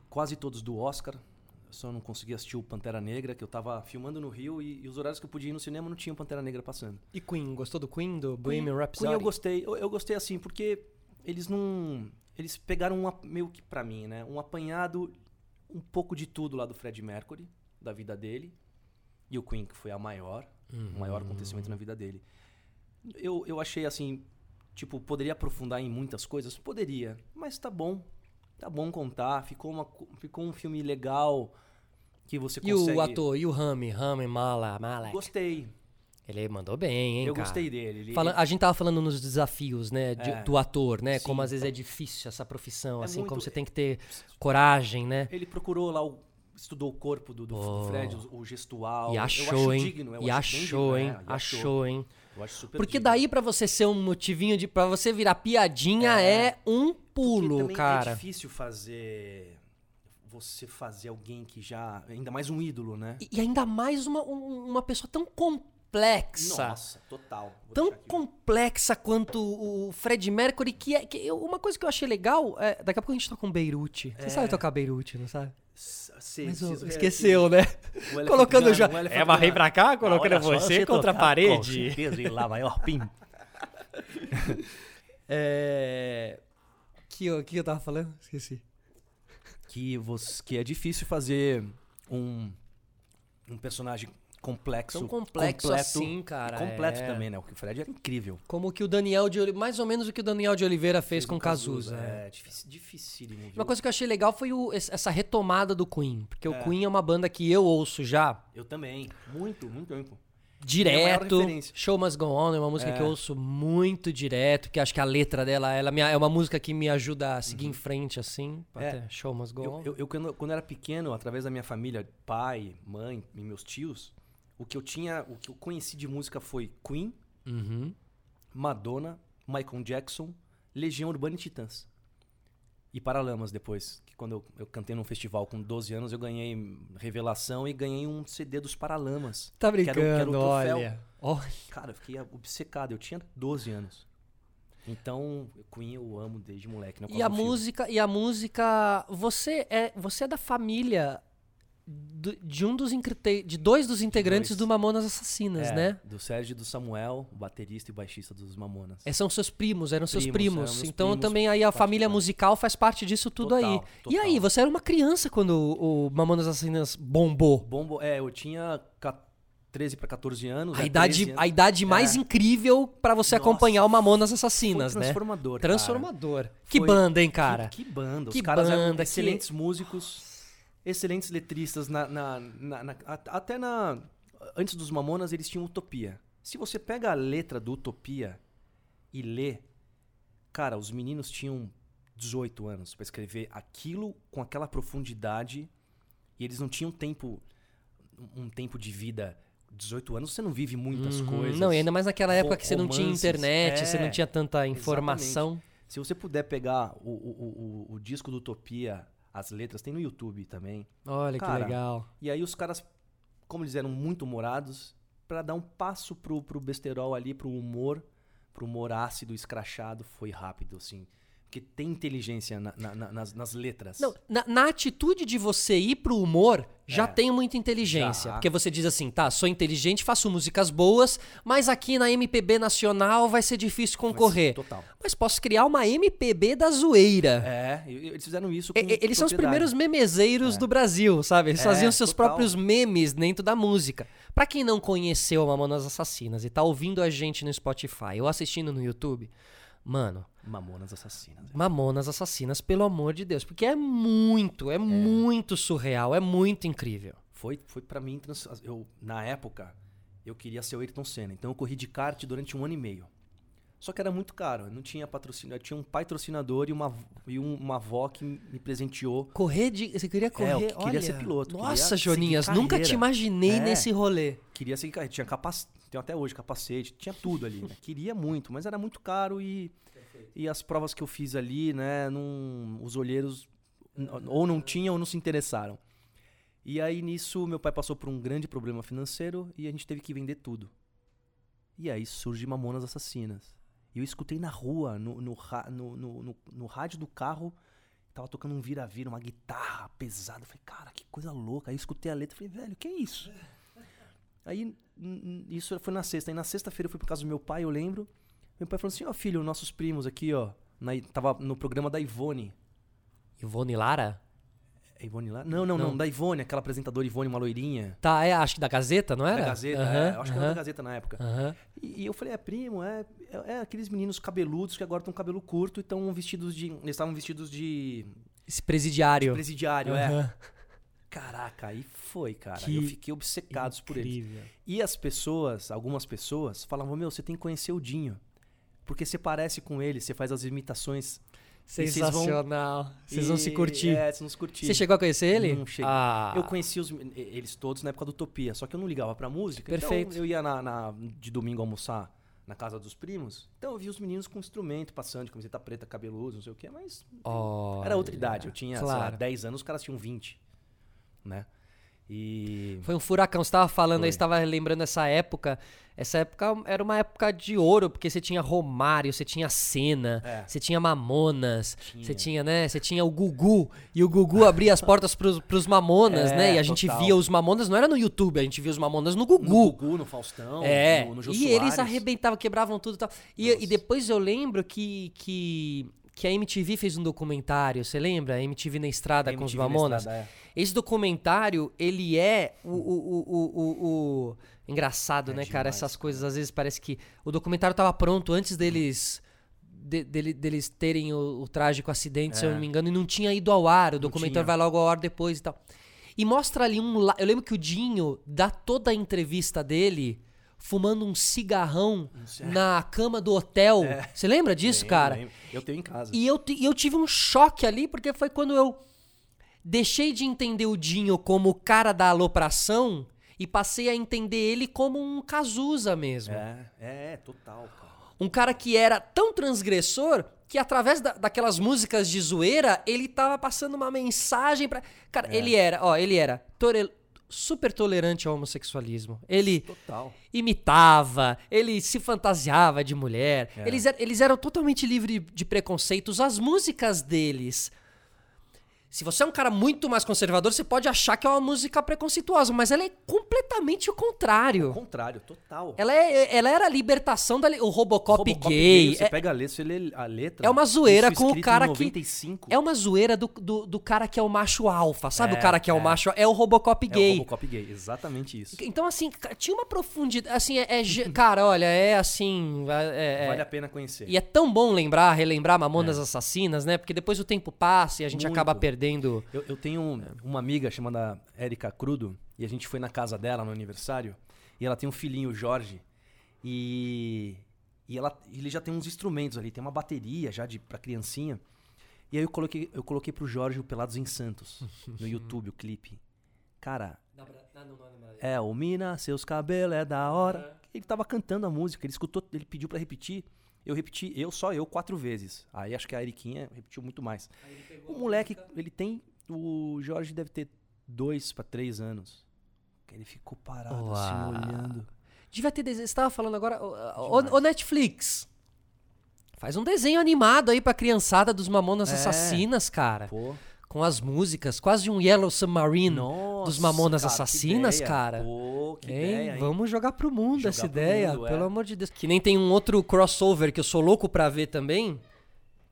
C: quase todos do Oscar. Só não consegui assistir o Pantera Negra, que eu tava filmando no Rio e, e os horários que eu podia ir no cinema não tinha o Pantera Negra passando.
B: E Queen, gostou do Queen, do Bohemian Rhapsody?
C: Queen eu gostei. Eu, eu gostei assim, porque eles não. Eles pegaram um, ap- meio que pra mim, né? Um apanhado um pouco de tudo lá do Fred Mercury, da vida dele. E o Queen, que foi a maior, o
B: Uhum.
C: maior acontecimento na vida dele. Eu, eu achei assim, tipo, poderia aprofundar em muitas coisas? Poderia, mas tá bom. Tá bom contar, ficou, uma, co- ficou um filme legal que você
B: E
C: consegue...
B: o ator, e o Rami, Rami Mala, Mala.
C: Gostei,
B: Ele mandou bem, hein,
C: eu
B: cara?
C: gostei dele. Ele-
B: Fala- a gente tava falando nos desafios, né, de-
C: É.
B: do ator, né,
C: Sim. então.
B: como às vezes é difícil essa profissão,
C: É
B: assim, como
C: muito-
B: você tem que ter coragem, né,
C: Ele procurou lá, o, estudou o corpo do, do
B: Oh.
C: Fred, o, o gestual.
B: e
C: Eu
B: achou,
C: acho
B: hein,
C: digno, eu
B: e
C: acho bem
B: achou, hein,
C: digno, é, e
B: achou, hein,
C: Eu acho super
B: porque
C: digno.
B: daí pra você ser um motivinho de, pra você virar piadinha é, um
C: Porque
B: pulo,
C: também É
B: cara,
C: difícil fazer. Você fazer alguém que já. Ainda mais um ídolo, né?
B: e, e ainda mais uma, um- uma pessoa tão complexa,
C: Nossa, total. Vou
B: tão
C: deixar aqui.
B: complexa quanto o Fred Mercury, que é, que eu- uma coisa que eu achei legal, é, daqui a pouco a gente toca um Beirute,
C: É.
B: você sabe tocar Beirute, não sabe?
C: S- se-
B: Mas,
C: se-
B: ô,
C: se-
B: esqueceu, né?
C: O Elephant
B: Colocando
C: Gun,
B: já.
C: o Elephant
B: É, varrei
C: Gun.
B: pra cá,
C: Ah, olha
B: colocando
C: só,
B: você
C: se
B: contra
C: tocar,
B: a
C: com
B: parede.
C: certeza, em lá vai, ó, pim.
B: É. Que eu, que eu tava falando? Esqueci.
C: que, você, que é difícil fazer um, um personagem complexo.
B: Tão É um complexo
C: completo,
B: assim, cara,
C: Completo
B: é.
C: também, né? O que o Fred era incrível.
B: Como que o Daniel de Oliveira. Mais ou menos o que o Daniel de Oliveira fez com o Cazuza. é.
C: É, difícil, dificílimo. viu?
B: Uma coisa que eu achei legal foi o- es- essa retomada do Queen. Porque o Queen é uma banda que eu ouço já
C: Eu também. Muito, muito tempo.
B: direto.
C: referência.
B: Show Must Go On é uma música que eu ouço muito direto. Que acho que a letra dela ela me- é uma música que me ajuda a seguir em frente, assim.
C: É.
B: Até Show Must Go On.
C: Eu, eu, eu quando, quando era pequeno, através da minha família, pai, mãe e meus tios, o que eu tinha, o que eu conheci de música foi Queen,
B: Uhum.
C: Madonna, Michael Jackson, Legião Urbana e Titãs. E Paralamas depois, que quando eu, eu cantei num festival com 12 anos, eu ganhei revelação e ganhei um CD dos Paralamas.
B: Tá
C: que era o-
B: brincando,
C: que era o troféu.
B: olha. Olha.
C: Cara, eu fiquei obcecado, eu tinha 12 anos. Então, Queen eu amo desde moleque. Não é por
B: E a
C: causa do filme.
B: música, e a música, você é, você é da família do- de um dos incrite- de dois dos integrantes
C: dois.
B: do Mamonas Assassinas,
C: É,
B: né?
C: Do Sérgio e do Samuel, o baterista e baixista dos Mamonas.
B: É, são seus primos, eram seus
C: Primos,
B: primos.
C: eram meus
B: então
C: primos,
B: também aí a
C: parte
B: família
C: da-
B: musical faz parte disso tudo aí.
C: Total,
B: E aí,
C: total.
B: você era uma criança quando o o Mamonas Assassinas bombou.
C: Bombo, é, eu tinha ca- 13 pra 14 anos.
B: A
C: né,
B: idade,
C: 13
B: a idade mais
C: É.
B: incrível pra você
C: Nossa,
B: acompanhar o Mamonas
C: Foi
B: Assassinas, né?
C: transformador, cara.
B: Transformador. Que
C: Foi-
B: banda, hein, cara?
C: Que, que banda. Os
B: que
C: caras eram
B: banda,
C: excelentes músicos, excelentes letristas. Na, na- na- na- a- até na. Antes dos Mamonas, eles tinham Utopia. Se você pega a letra do Utopia e lê, cara, os meninos tinham 18 anos pra escrever aquilo com aquela profundidade e eles não tinham tempo, um tempo de vida. 18 anos você não vive muitas
B: Uhum.
C: coisas.
B: Não, e ainda mais naquela época
C: Ro-
B: que você não tinha
C: romances,
B: internet, você não
C: é,
B: tinha tanta informação.
C: Se você puder pegar o, o- o- o disco do Utopia, as letras, tem no YouTube também.
B: Olha que
C: Cara,
B: legal.
C: E aí os caras, como eles eram muito humorados, pra dar um passo pro, pro besterol ali, pro humor, pro humor ácido, escrachado, foi rápido, assim. Porque tem inteligência na- na- na- nas, nas letras.
B: Não, na, na atitude de você ir pro humor, já
C: É.
B: tem muita inteligência.
C: Já.
B: Porque você diz assim, tá, sou inteligente, faço músicas boas, mas aqui na MPB nacional vai ser difícil concorrer.
C: total.
B: Mas posso criar uma MPB da zoeira.
C: É, e- e eles fizeram isso com
B: E- e- Eles são os
C: propriedade.
B: primeiros memezeiros do Brasil, sabe? Eles
C: É,
B: faziam seus
C: total.
B: próprios memes dentro da música. Pra quem não conheceu Mamonas Assassinas e tá ouvindo a gente no Spotify ou assistindo no YouTube, mano,
C: Mamonas Assassinas. é.
B: Mamonas Assassinas, pelo amor de Deus. Porque é muito, é, muito surreal, é muito incrível.
C: Foi, foi para mim, trans- eu, na época, eu queria ser o Ayrton Senna. Então eu corri de kart durante um ano e meio. Só que era muito caro, eu não tinha patrocínio. Eu tinha um patrocinador e uma, e um- uma avó que me presenteou.
B: Correr de. Você É, queria correr?
C: eu que- queria
B: olha,
C: ser piloto, queria
B: Nossa,
C: seguir
B: Joninhas, nunca te
C: carreira.
B: imaginei
C: É.
B: nesse rolê.
C: Queria seguir carreira, tinha capacete, tenho até hoje capacete, tinha tudo ali. né? Queria muito, mas era muito caro e, e as provas que eu fiz ali, né, não, os olheiros n- ou não tinham ou não se interessaram. E aí nisso meu pai passou por um grande problema financeiro e a gente teve que vender tudo. E aí surge Mamonas Assassinas. E eu escutei na rua, no, no, ra- no, no, no- no rádio do carro, tava tocando um vira-vira, uma guitarra pesada. Eu falei, cara, que coisa louca. Aí eu escutei a letra e falei, velho, que é isso? Aí, n- n- isso foi na sexta. Aí na sexta-feira eu fui por casa do meu pai, eu lembro. Meu pai falou assim, ó filho, nossos primos aqui, ó. na- tava no programa da Ivone.
B: Ivone Lara?
C: É Ivone lá? Não, não, não, da Ivone, aquela apresentadora Ivone, uma loirinha.
B: Tá, é, acho que da Gazeta, não era?
C: Da Gazeta,
B: Aham,
C: é, acho que era
B: aham,
C: da Gazeta na época.
B: aham.
C: E, e eu falei, é primo, é, é, é aqueles meninos cabeludos que agora estão cabelo curto e estão vestidos de. Eles estavam vestidos de
B: Esse presidiário.
C: presidiário, é.
B: Aham.
C: Caraca, aí foi, cara.
B: Que
C: eu fiquei obcecados por eles.
B: Incrível.
C: E as pessoas, algumas pessoas, falavam: Meu, você tem que conhecer o Dinho. Porque você parece com ele, você faz as imitações. vocês vão-
B: Sensacional. Vocês vão se
C: e-
B: curtir.
C: É, vocês vão se curtir.
B: Você chegou a conhecer ele?
C: Não cheguei.
B: Ah,
C: Eu conheci os- e- eles todos na época do Utopia, só que eu não ligava pra música.
B: Perfeito.
C: Então eu ia na, na- de domingo almoçar na casa dos primos. Então eu vi os meninos com instrumento passando, de camiseta preta, cabeludo, não sei o quê, mas
B: olha.
C: era outra idade. Eu tinha, sei lá,
B: claro.
C: 10 anos, os caras tinham 20. Né? E.
B: Foi um furacão. Você tava falando aí, você tava lembrando essa época. Essa época era uma época de ouro, porque você tinha Romário, você tinha Senna,
C: É.
B: você tinha Mamonas, você tinha, né? Você tinha o Gugu. E o Gugu abria as portas pros, pros Mamonas,
C: É,
B: né? E a gente
C: total.
B: via os Mamonas, não era no YouTube, a gente via os Mamonas no Gugu.
C: No Gugu, no Faustão,
B: É,
C: no, no Jô
B: e eles
C: Soares.
B: arrebentavam, quebravam tudo e tal. E, e depois eu lembro que, que, que a MTV fez um documentário, você lembra? A MTV na Estrada com os
C: MTV na
B: Mamonas.
C: estrada, é.
B: Esse documentário, ele é o... o, o, o, o- o- Engraçado, né, cara?
C: É demais,
B: Essas coisas, às vezes, parece que o documentário tava pronto antes deles... de- dele- deles terem o, o trágico acidente, se eu não me engano, e não tinha ido ao ar. O documentário
C: É. tinha.
B: vai logo ao ar depois e tal. E mostra ali um. la- Eu lembro que o Dinho dá toda a entrevista dele fumando um cigarrão na cama do hotel. Você lembra disso,
C: é. Lembro,
B: cara?
C: lembro. Eu tenho em casa.
B: E eu, ti- e eu tive um choque ali, porque foi quando eu deixei de entender o Dinho como o cara da alopração e passei a entender ele como um Cazuza mesmo.
C: É, é, é, total, cara.
B: Um cara que era tão transgressor que através da- daquelas músicas de zoeira, ele tava passando uma mensagem pra. Cara, ele era, ó, ele era tore- super tolerante ao homossexualismo. Ele
C: Total.
B: imitava, ele se fantasiava de mulher.
C: É.
B: Eles, er- eles eram totalmente livres de preconceitos. As músicas deles. Se você é um cara muito mais conservador, você pode achar que é uma música preconceituosa, mas ela é completamente o contrário.
C: Ao contrário, total.
B: Ela, é- ela era a libertação da. li- O Robocop, gay.
C: Você
B: é,
C: pega a letra, você lê a letra.
B: é uma zoeira
C: isso
B: com o
C: escrito
B: cara
C: em
B: que-
C: 95,
B: é uma zoeira do, do, do cara que é o macho alfa, sabe?
C: É,
B: o cara que é, o
C: é.
B: macho. É o Robocop
C: É o
B: gay.
C: Robocop gay, exatamente isso.
B: Então, assim, ca- tinha uma profundidade. Assim, é. é ge- cara, olha, é assim. é- é-
C: Vale a pena conhecer.
B: E é tão bom lembrar, relembrar Mamonas Assassinas, né? Porque depois o tempo passa e a gente
C: Muito.
B: acaba perdendo.
C: Eu, eu tenho um- uma amiga chamada Érica Crudo, e a gente foi na casa dela no aniversário, e ela tem um filhinho, o Jorge, e, e ela, ele já tem uns instrumentos ali, tem uma bateria já de, pra criancinha. E aí eu coloquei, eu coloquei pro Jorge o Pelados em Santos, no YouTube, o clipe. Cara, é, o Mina, seus cabelos é da hora. Ele tava cantando a música, ele escutou, ele pediu pra repetir. Eu repeti, eu só eu, quatro vezes. Aí acho que a Eriquinha repetiu muito mais. O moleque, ele tem. O Jorge deve ter dois pra três anos. Ele ficou parado,
B: Uau.
C: assim, olhando.
B: Devia ter. dese- Você tava falando agora. O, o- o Netflix. Faz um desenho animado aí pra criançada dos Mamonas
C: É.
B: Assassinas, cara.
C: Pô.
B: Com as músicas, quase um Yellow Submarine dos Mamonas
C: cara, que
B: Assassinas,
C: ideia.
B: cara.
C: Pô, que
B: Hein?
C: ideia, hein?
B: Vamos jogar pro mundo
C: Jogar
B: essa
C: pro
B: ideia,
C: mundo, é.
B: pelo amor de Deus. Que nem tem um outro crossover que eu sou louco pra ver também,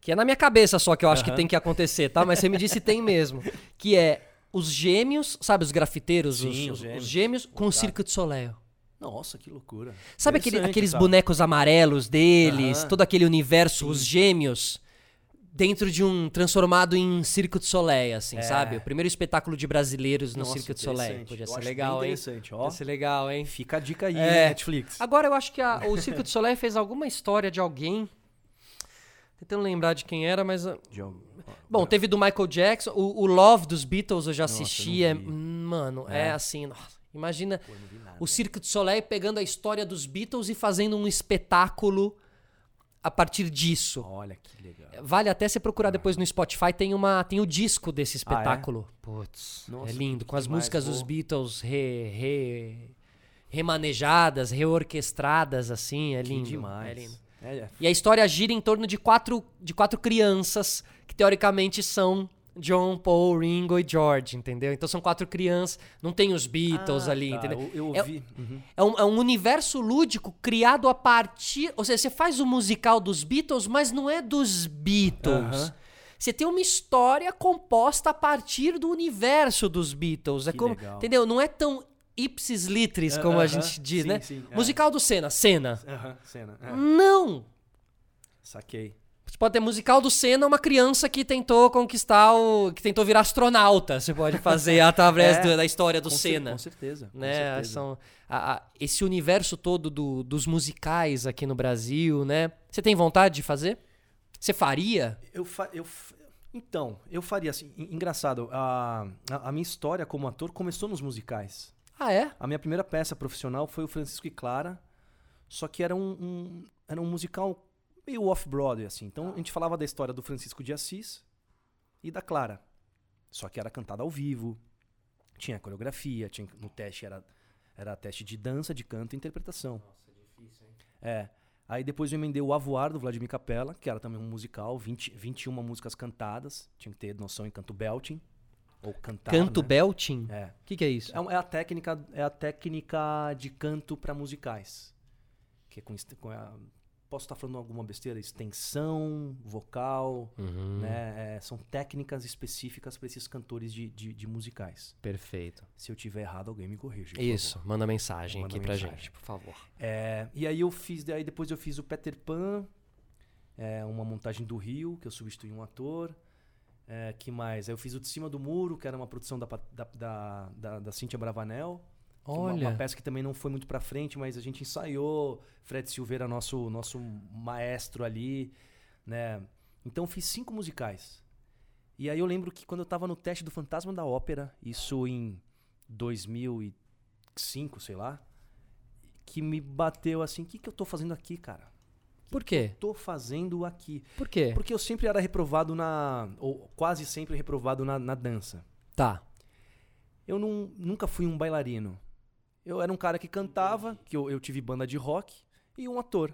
B: que é na minha cabeça só que eu acho que
C: Aham.
B: tem que acontecer, tá? Mas você me disse tem mesmo, que é os gêmeos, sabe os grafiteiros,
C: Sim,
B: os,
C: os
B: os- os gêmeos.
C: gêmeos.
B: com o Circo de Soleil.
C: Nossa, que loucura.
B: Sabe aquele-
C: Interessante,
B: aqueles
C: cara.
B: bonecos amarelos deles,
C: Aham.
B: todo aquele universo, os gêmeos, dentro de um transformado em Circo de Soleil, assim,
C: É.
B: sabe? O primeiro espetáculo de brasileiros no
C: Nossa,
B: Circo de
C: interessante.
B: Soleil. Podia
C: Eu
B: ser
C: acho bem
B: legal, hein?
C: Interessante, ó.
B: Podia ser legal, hein?
C: Fica a dica aí,
B: É.
C: hein, Netflix.
B: Agora eu acho que a- o Circo de Soleil fez alguma história de alguém. Tentando lembrar de quem era, mas. ah,
C: De algum-
B: Bom, teve do Michael Jackson. O, o Love dos Beatles eu já assisti.
C: não
B: é-
C: vi.
B: mano, é, assim. nossa, imagina o Circo de Soleil pegando a história dos Beatles e fazendo um espetáculo a partir disso.
C: Olha que legal.
B: Vale até você procurar depois no Spotify, tem uma tem o disco desse espetáculo. Putz,
C: Ah, é? Nossa,
B: é lindo. Com
C: que
B: as músicas
C: demais,
B: dos
C: pô.
B: Beatles re, re- remanejadas, reorquestradas, assim, é lindo.
C: que demais.
B: É lindo.
C: É, é.
B: E a história gira em torno de quatro, de quatro crianças que teoricamente são John, Paul, Ringo e George, entendeu? Então são quatro crianças, não tem os Beatles
C: Ah,
B: ali,
C: tá,
B: entendeu?
C: Eu, eu
B: É-
C: ouvi. Uhum.
B: é um, é um universo lúdico criado a partir. Ou seja, você faz o musical dos Beatles, mas não é dos Beatles.
C: Aham.
B: Você tem uma história composta a partir do universo dos Beatles. É
C: Que
B: como,
C: legal.
B: entendeu? Não é tão ipsis litteris como a
C: Aham,
B: gente diz,
C: sim,
B: né? Hum.
C: sim, é.
B: Musical do Senna, Senna.
C: Aham, cena. É,
B: Não!
C: Saquei.
B: Você pode ter musical do Senna, uma criança que tentou conquistar o. que tentou virar astronauta. Você pode fazer através
C: É,
B: do- da história do
C: com cer-
B: Senna
C: Com certeza. com
B: né?
C: certeza.
B: São a- a- esse universo todo do- dos musicais aqui no Brasil, né? Você tem vontade de fazer? Você faria?
C: Eu, fa- eu f- Então, eu faria assim. en- Engraçado, a, a- a minha história como ator começou nos musicais.
B: Ah, é?
C: A minha primeira peça profissional foi o Francisco e Clara, só que era um, um- era um musical meio off-Broadway, assim. Então a gente falava da história do Francisco de Assis e da Clara. Só que era cantada ao vivo, tinha coreografia, tinha, no teste era, era teste de dança, de canto e interpretação. Nossa, difícil, hein? É. Aí depois eu emendei o Avoar do Vladimir Capella, que era também um musical, 20, 21 músicas cantadas, tinha que ter noção em canto belting, ou cantar,
B: Canto
C: né?
B: belting? O
C: É.
B: que, que é isso?
C: É, um- é a técnica, é a técnica de canto para musicais. Que é com, est- com a- posso estar falando alguma besteira, extensão, vocal,
B: Uhum, Hum.
C: né? É, são técnicas específicas para esses cantores de, de- de musicais.
B: Perfeito.
C: Se eu tiver errado, alguém me corrija. por
B: Isso, manda mensagem
C: Manda
B: aqui pra
C: mensagem.
B: gente, por favor.
C: É, e aí eu fiz, daí depois eu fiz o Peter Pan, é, uma montagem do Rio, que eu substituí um ator. É, que mais? Aí eu fiz o De Cima do Muro, que era uma produção da, pa- da, da, da, da Cíntia Bravanel. que é uma- Uma,
B: Olha.
C: peça que também não foi muito pra frente, mas a gente ensaiou. Fred Silveira, nosso, nosso maestro ali, né? Então fiz cinco musicais. E aí eu lembro que quando eu tava no teste do Fantasma da Ópera, isso em 2005, sei lá, que me bateu assim, o que, que eu tô fazendo aqui, cara?
B: Por quê?
C: Tô fazendo aqui.
B: Por quê?
C: Porque eu sempre era reprovado na. ou quase sempre reprovado na, na dança.
B: Tá.
C: Eu não, nunca fui um bailarino. Eu era um cara que cantava, que eu, eu tive banda de rock, e um ator.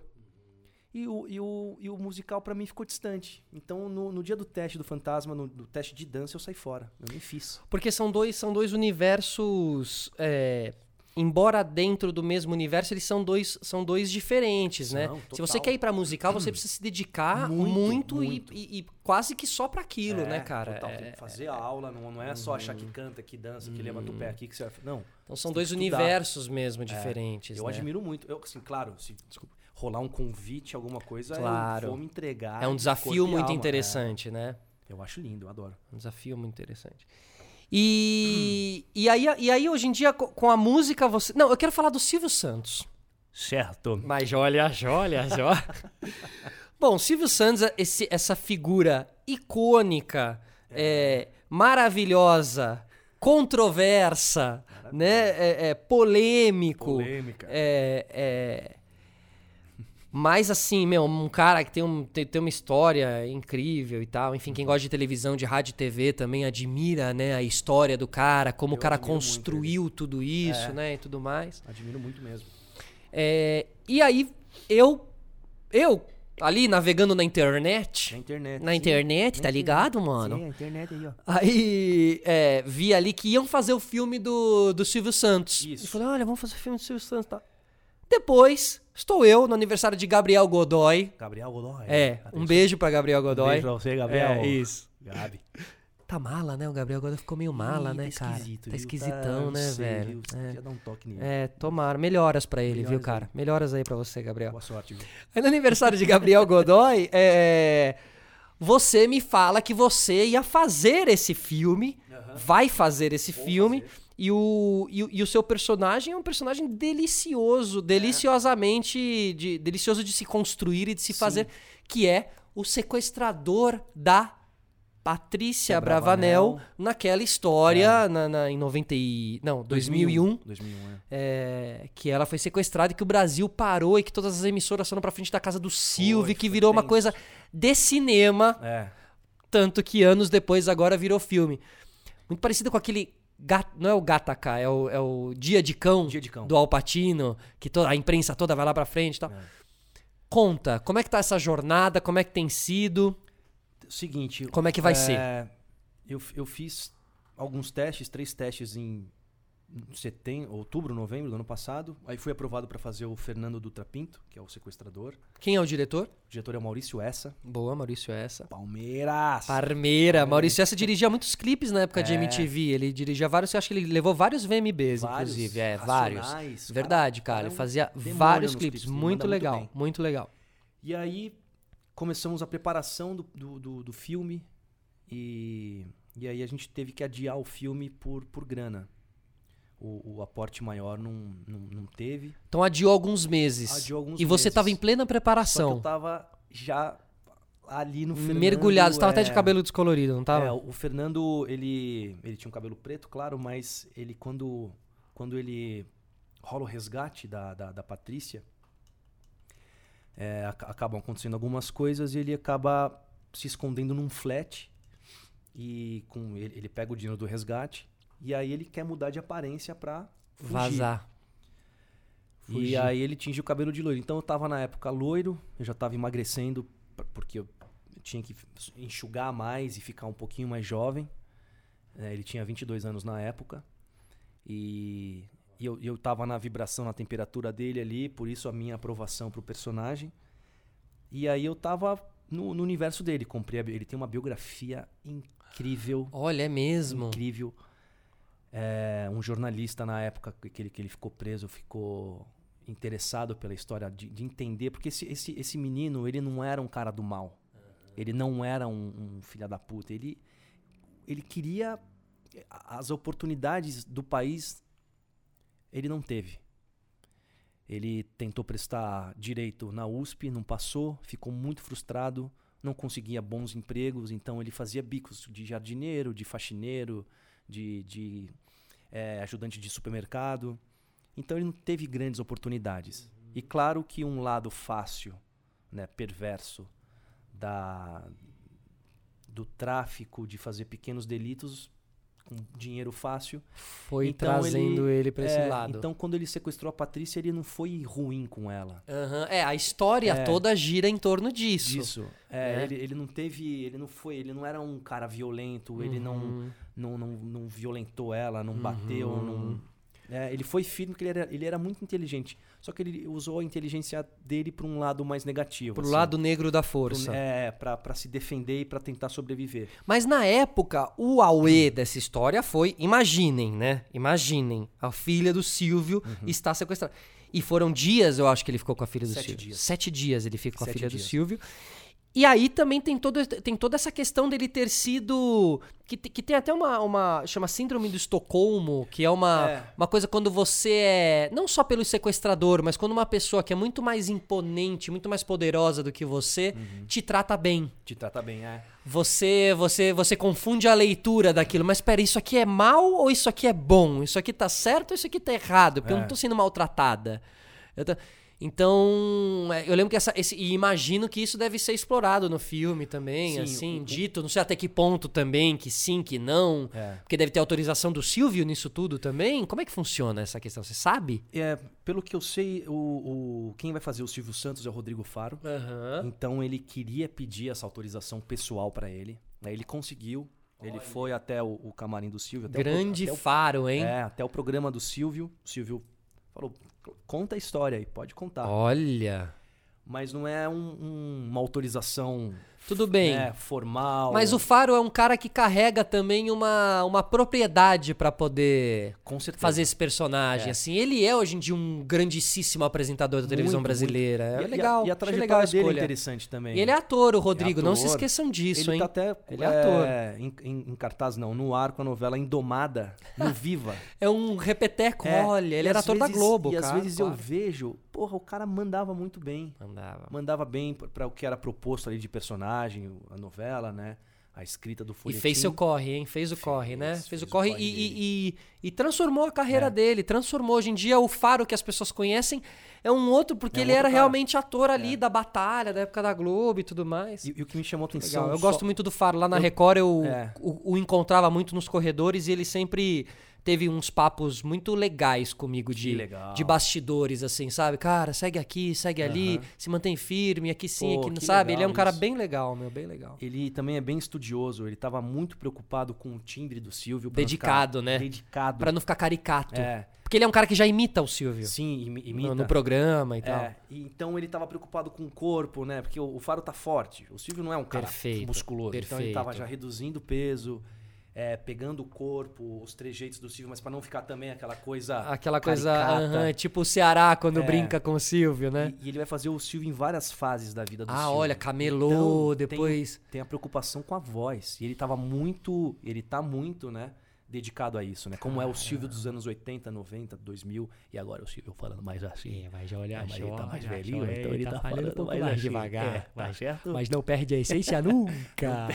C: E o, e o, e o musical pra mim ficou distante. Então, no, no dia do teste do Fantasma, no, no teste de dança, eu saí fora. Eu nem fiz.
B: Porque são dois, são dois universos. é, embora dentro do mesmo universo, eles são dois, são dois diferentes, né?
C: São,
B: Se você
C: total.
B: quer ir pra musical, você precisa se dedicar muito,
C: Muito,
B: e-
C: muito.
B: E, e quase que só pra aquilo,
C: É,
B: né, cara?
C: Total,
B: É, Uhum.
C: tem que fazer a aula, não, não é só achar que canta, que dança, que levanta o pé aqui, que você vai- Não.
B: Então são
C: Tem
B: dois
C: que estudar. É.
B: universos mesmo diferentes,
C: Eu
B: né?
C: admiro muito. Eu, assim, claro, se desculpa, rolar um convite, alguma coisa,
B: Claro.
C: eu vou me entregar.
B: É um
C: de
B: desafio
C: corpo e
B: muito
C: alma.
B: interessante, né?
C: É, eu acho lindo, eu adoro.
B: Um desafio muito interessante. E,
C: Hum.
B: e, aí, e aí, hoje em dia, co- com a música, você. Não, eu quero falar do Silvio Santos.
C: Certo.
B: Mas olha, olha, olha. Bom, Silvio Santos, esse- essa figura icônica, é, maravilhosa, controversa, né? É, é, polêmico.
C: Polêmica.
B: É, é, Mas assim, meu, um cara que tem, um, tem, tem uma história incrível e tal. Enfim, quem gosta de televisão, de rádio e TV também admira, né? A história do cara, como o
C: Eu
B: cara
C: admiro muito
B: construiu tudo isso, né? E tudo mais.
C: Admiro muito mesmo.
B: É, e aí eu eu ali navegando na internet.
C: Na internet.
B: Na
C: sim.
B: internet,
C: Na
B: tá ligado, mano?
C: Sim, a internet aí, ó.
B: Aí é, vi ali que iam fazer o filme do, do Silvio Santos.
C: Isso.
B: E falei, olha, vamos fazer o filme do Silvio Santos e tal. Depois, estou eu no aniversário de Gabriel Godoy.
C: Gabriel Godoy.
B: É, um beijo pra Gabriel Godoy.
C: Beijo pra você, Gabriel.
B: É, isso.
C: Gabi.
B: Tá mala, né? O Gabriel Godoy ficou meio mala,
C: Ih,
B: né,
C: tá
B: cara?
C: esquisito, viu?
B: tá esquisitão,
C: não
B: né,
C: sei,
B: velho?
C: viu? Podia dar um toque nele.
B: É, tomara. Melhoras pra ele, viu,
C: Melhoras
B: cara? Melhoras aí pra você, Gabriel.
C: Boa sorte, viu?
B: Aí no aniversário de Gabriel Godoy, é, você me fala que você ia fazer esse filme, vai fazer esse filme, E, o, e, o- e o seu personagem é um personagem delicioso, deliciosamente, de- delicioso de se construir e de se fazer, que é o sequestrador da Patrícia
C: Da
B: Bravanel,
C: Bravanel.
B: naquela história na, na- em 90 e, um? não, 2001
C: 2001, é.
B: é, que ela foi sequestrada e que o Brasil parou e que todas as emissoras foram pra frente da casa do Silvio,
C: Foi,
B: que
C: foi
B: virou uma
C: tenso.
B: coisa de cinema,
C: É.
B: tanto que anos depois agora virou filme. Muito parecido com aquele. Gat, não é o Gataca, é o, é o Dia de Cão,
C: um Dia de Cão.
B: do Alpatino, que toda, a imprensa toda vai lá pra frente e tal.
C: É.
B: Conta, como é que tá essa jornada, como é que tem sido,
C: Seguinte.
B: como é que vai ser?
C: é, Eu, f- eu fiz alguns testes, três testes em setembro, outubro, novembro do ano passado. Aí fui aprovado pra fazer o Fernando Dutra Pinto, que é o sequestrador.
B: Quem é o diretor?
C: O diretor é o Maurício Essa.
B: Boa, Maurício
C: é
B: Essa.
C: Palmeiras!
B: Parmeira, Maurício Essa dirigia muitos clipes na época de
C: É.
B: MTV. Ele dirigia vários, eu acho que ele levou vários VMBs,
C: Vários,
B: inclusive. É,
C: Racionais,
B: vários.
C: cara,
B: Verdade, cara.
C: cara, é
B: Ele
C: um
B: fazia
C: demônio
B: vários
C: nos
B: clipes.
C: clipes, ele
B: Muito
C: manda muito
B: legal,
C: bem.
B: muito, legal.
C: E aí começamos a preparação do, do, do- do filme e, e aí a gente teve que adiar o filme por, por grana. O, o aporte maior não, não, não teve.
B: Então adiou alguns meses.
C: Adiou alguns
B: e você
C: meses.
B: tava em plena
C: Só que
B: preparação.
C: eu tava já ali no Fernando.
B: mergulhado. Você tava até de
C: é,
B: cabelo descolorido, não tava?
C: É, o Fernando, ele, ele tinha um cabelo preto, claro, mas ele quando, quando ele rola o resgate da, da, da Patrícia, é, ac- acabam acontecendo algumas coisas e ele acaba se escondendo num flat e com ele, ele pega o dinheiro do resgate e aí ele quer mudar de aparência pra fugir.
B: Vazar.
C: E
B: Fugir.
C: aí ele tingiu o cabelo de loiro. Então eu tava na época loiro, eu já tava emagrecendo, p- porque eu tinha que enxugar mais e ficar um pouquinho mais jovem. É, ele tinha 22 anos na época. E, e eu, eu tava na vibração, na temperatura dele ali, por isso a minha aprovação pro personagem. E aí eu tava no, no universo dele. Comprei a bi- ele tem uma biografia incrível
B: Olha, é mesmo.
C: incrível. É, um jornalista na época que ele, que ele ficou preso ficou interessado pela história de, de entender, porque esse, esse, esse menino ele não era um cara do mal, ele não era um, um filha da puta, ele, ele queria as oportunidades do país, ele não teve. Ele tentou prestar direito na USP, não passou, ficou muito frustrado, não conseguia bons empregos, então ele fazia bicos de jardineiro, de faxineiro, de, de, eh, ajudante de supermercado. Então ele não teve grandes oportunidades. E claro que um lado fácil, né, perverso da do tráfico, de fazer pequenos delitos com dinheiro fácil,
B: Foi
C: Então
B: trazendo ele, pra esse
C: é,
B: lado.
C: Então, quando ele sequestrou a Patrícia, ele não foi ruim com ela.
B: Aham, É, a história toda gira em torno disso.
C: Disso. É,
B: né?
C: ele, ele não teve. Ele não foi. Ele não era um cara violento. Ele não,
B: Uhum.
C: não, não, não violentou ela, não bateu, não. É, ele foi firme porque ele era, ele era muito inteligente. Só que ele usou a inteligência dele para um lado mais negativo.
B: Pro
C: assim.
B: lado negro da
C: Pro-
B: força.
C: É, pra, pra se defender e pra tentar sobreviver.
B: Mas na época, o auê dessa história foi, imaginem, né? Imaginem, a filha do Silvio está sequestrada. E foram dias, eu acho que ele ficou com a filha do
C: Uhum. Sete
B: Silvio.
C: dias.
B: Sete dias ele fica com a
C: Sete
B: filha do
C: dias.
B: Silvio. E aí também tem, todo, tem toda essa questão dele ter sido. Que, te- que tem até uma, uma. chama Síndrome do Estocolmo, que é uma,
C: É.
B: uma coisa quando você é. Não só pelo sequestrador, mas quando uma pessoa que é muito mais imponente, muito mais poderosa do que você,
C: Uhum.
B: te trata bem.
C: Te trata bem, é.
B: Você, você, você confunde a leitura daquilo, mas peraí, isso aqui é mal ou
C: É.
B: isso aqui é bom? Isso aqui tá certo ou isso aqui tá errado? Porque eu não tô sendo maltratada. Eu tô- Então, é, eu lembro que essa. esse- e imagino que isso deve ser explorado no filme também,
C: Sim,
B: assim,
C: o- o-
B: dito. Não sei até que ponto também, que sim, que não.
C: É.
B: Porque deve ter autorização do Silvio nisso tudo também. Como é que funciona essa questão? Você sabe?
C: É, pelo que eu sei, o, o- quem vai fazer o Silvio Santos é o Rodrigo Faro.
B: Aham.
C: Então ele queria pedir essa autorização pessoal pra ele. Né? Ele conseguiu. Ele foi até o, o camarim do Silvio. Até
B: Grande
C: o, até o-
B: faro, hein?
C: É, até o programa do Silvio. O Silvio falou: conta a história aí, pode contar.
B: Olha.
C: Mas não é um- um- uma autorização
B: Tudo bem.
C: né, formal.
B: Mas o Faro é um cara que carrega também uma, uma propriedade pra poder
C: Com certeza.
B: fazer esse personagem. Assim, ele é hoje em dia um grandíssimo apresentador da televisão
C: Muito,
B: brasileira.
C: E-
B: É
C: e a-
B: legal.
C: E a,
B: achei
C: trajetória
B: legal a
C: dele é
B: escolha.
C: interessante também.
B: E ele é ator, o Rodrigo. Não se
C: ator.
B: esqueçam disso,
C: ele
B: hein?
C: tá até
B: Ele é ator.
C: em, em- em cartaz, não, no ar com a novela Indomada, no Viva.
B: É um repeteco.
C: É,
B: Olha, ele
C: e
B: era
C: às
B: ator da
C: vezes-
B: Globo,
C: E
B: cara.
C: às vezes eu
B: claro.
C: vejo, porra, o cara mandava muito bem.
B: Mandava.
C: Mandava bem pra pra o que era proposto ali de personagem, o- a novela, né? A escrita do
B: E
C: folhetim.
B: fez seu corre, hein? Fez o corre, né? Fez,
C: fez
B: o
C: o
B: corre,
C: corre É.
B: e, e, e- e transformou a carreira dele. Transformou. Hoje em dia, o faro que as pessoas conhecem é um outro, porque
C: É um
B: ele
C: outro
B: era
C: cara.
B: realmente ator ali da batalha, da época da Globo e tudo mais.
C: E, e o que me chamou a atenção...
B: Legal. Eu
C: só-
B: gosto muito do Faro. Lá na Record eu
C: É.
B: o, o encontrava muito nos corredores e ele sempre teve uns papos muito legais comigo de,
C: legal.
B: de bastidores, assim, sabe? Cara, segue aqui, segue ali, se mantém firme, aqui sim,
C: Pô,
B: aqui não,
C: que
B: sabe?
C: legal
B: Ele é um cara
C: isso.
B: bem legal, meu, bem legal.
C: Ele também é bem estudioso, ele tava muito preocupado com o timbre do Silvio. pra não ficar
B: Dedicado, né?
C: Dedicado.
B: Pra não ficar caricato.
C: É,
B: Porque ele é um cara que já imita o Silvio.
C: sim, imi- imita.
B: No, no programa e tal.
C: É, e então ele tava preocupado com o corpo, né? Porque o, o Faro tá forte. O Silvio não é um cara
B: Perfeito,
C: musculoso. Então ele tava
B: perfeito.
C: já reduzindo o peso, é, pegando o corpo, os trejeitos do Silvio, mas pra não ficar também aquela coisa.
B: Aquela coisa,
C: caricata.
B: aham, tipo o Ceará quando
C: É.
B: brinca com o Silvio, né?
C: E, e ele vai fazer o Silvio em várias fases da vida do
B: Ah,
C: Silvio. Então,
B: olha, camelô, depois-
C: Tem, tem a preocupação com a voz. E ele tava muito. Ele tá muito, né? Dedicado a isso, né? Como é o Silvio dos anos 80, 90, 2000, e agora é o Silvio falando mais assim.
B: mas olha,
C: mas ele tá mais velhinho, então ele tá falando mais assim. É, tá certo?
B: Mas não perde a essência nunca.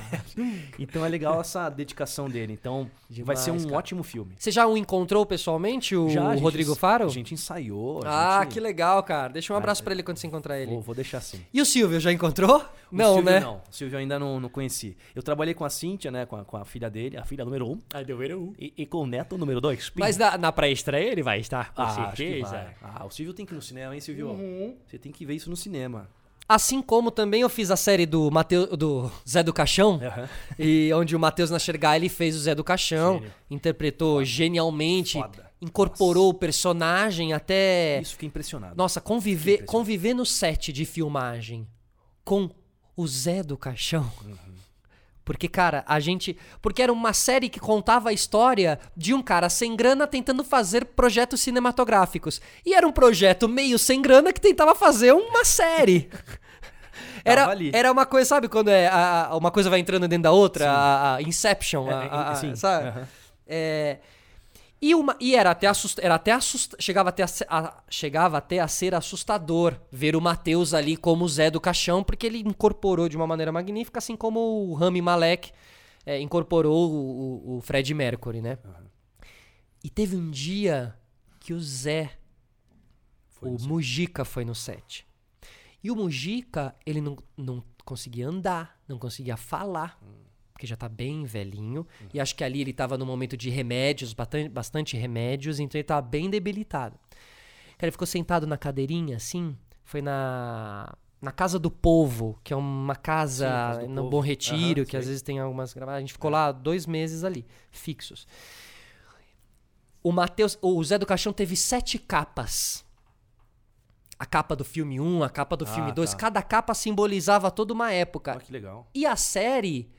C: Então é legal essa dedicação dele. Então vai
B: Demais,
C: ser um
B: cara.
C: ótimo filme.
B: Você já o encontrou pessoalmente, o
C: Já a gente
B: Rodrigo
C: ens-
B: Faro?
C: A gente ensaiou. a
B: ah,
C: gente-
B: que legal, cara. Deixa um abraço pra ele quando você encontrar ele.
C: Vou, vou deixar assim.
B: E o Silvio, já encontrou?
C: O
B: não,
C: Silvio
B: né?
C: Não, o Silvio eu ainda não, não conheci. Eu trabalhei com a Cíntia, né? Com a, com a filha dele, a filha número um.
B: Ah, deu um.
C: E, e com o neto número dois. Pim.
B: Mas na, na pré-estreia ele vai estar, com
C: ah, acho que
B: certeza. Uhum.
C: vai. Ah, o Silvio tem que ir no cinema, hein, Silvio? Você tem que ver isso no cinema.
B: Assim como também eu fiz a série do Mateu, do Zé do Caixão,
C: Aham.
B: e onde o Matheus Nascergal ele fez o Zé do Caixão,
C: Gênio.
B: interpretou genialmente,
C: Foda.
B: incorporou o personagem até
C: Isso fiquei impressionado.
B: É. Nossa, conviver, conviver no set de filmagem com o Zé do Caixão. Porque, cara, a gente. Porque era uma série que contava a história de um cara sem grana tentando fazer projetos cinematográficos. E era um projeto meio sem grana que tentava fazer uma série. Era,
C: Tava ali.
B: era uma coisa, sabe quando é a- a- uma coisa vai entrando dentro da outra? A, a Inception,
C: É,
B: a- a- a-
C: sim.
B: sabe?
C: Aham.
B: É, e, uma- e era até assust, era até assust, chegava, até a, se- a- chegava até a ser assustador ver o Matheus ali como o Zé do Caixão, porque ele incorporou de uma maneira magnífica, assim como o Rami Malek é, incorporou o, o- o Fred Mercury, né? E teve um dia que o Zé, o Mujica, foi no set. E o Mujica, ele não, não conseguia andar, não conseguia falar,
C: Hum.
B: porque já tá bem velhinho. E acho que ali ele tava num momento de remédios, batan- bastante remédios, então ele tava bem debilitado. Cara, ele ficou sentado na cadeirinha, assim, foi na. Na Casa do Povo, que é uma
C: Sim,
B: casa,
C: Casa do
B: no
C: Povo.
B: Bom Retiro,
C: Aham,
B: que às
C: sei. É.
B: vezes tem algumas gravadas. A gente ficou lá dois meses ali, fixos. O Matheus. O Zé do Caixão teve sete capas. A capa do filme 1, um, a capa do
C: Ah,
B: filme 2.
C: tá.
B: Cada capa simbolizava toda uma época.
C: Olha que legal.
B: E a série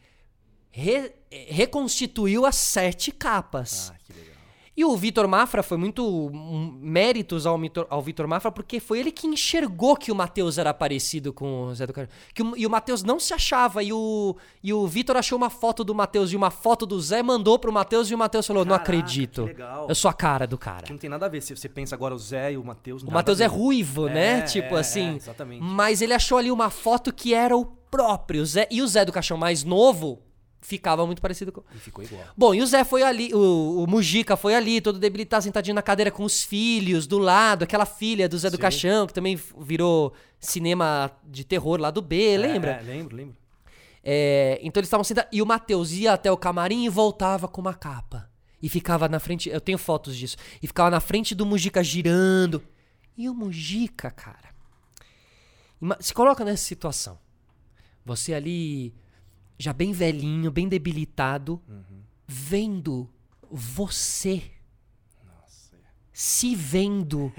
B: re- reconstituiu as sete capas.
C: Ah, que legal.
B: E o Vitor Mafra foi muito hum, méritos ao, Mitor- ao Vitor Mafra, porque foi ele que enxergou que o Matheus era parecido com o Zé do Caixão. Que o- e o Matheus não se achava. E o, e o Vitor achou uma foto do Matheus e uma foto do Zé, mandou pro Matheus e o Matheus falou: Não
C: Caraca,
B: acredito.
C: que legal."
B: Eu sou a cara do cara.
C: Que não tem nada a ver. Se você pensa agora o Zé e o Matheus.
B: O Matheus é ruivo, né?
C: É,
B: tipo
C: é,
B: assim.
C: é, exatamente.
B: Mas ele achou ali uma foto que era o próprio Zé. E o Zé do Caixão mais novo ficava muito parecido com.
C: E ficou igual.
B: Bom, e o Zé foi ali, o, o Mujica foi ali, todo debilitado, sentadinho na cadeira com os filhos do lado, aquela filha do Zé do
C: Sim.
B: Caixão, que também virou cinema de terror lá do B, lembra?
C: É, lembro, lembro.
B: É, então eles estavam sentados. E o Matheus ia até o camarim e voltava com uma capa. E ficava na frente. Eu tenho fotos disso. E ficava na frente do Mujica girando. E o Mujica, cara. ima- Se coloca nessa situação. Você ali, já bem velhinho, bem debilitado,
C: Uhum.
B: vendo você
C: Nossa, é.
B: se vendo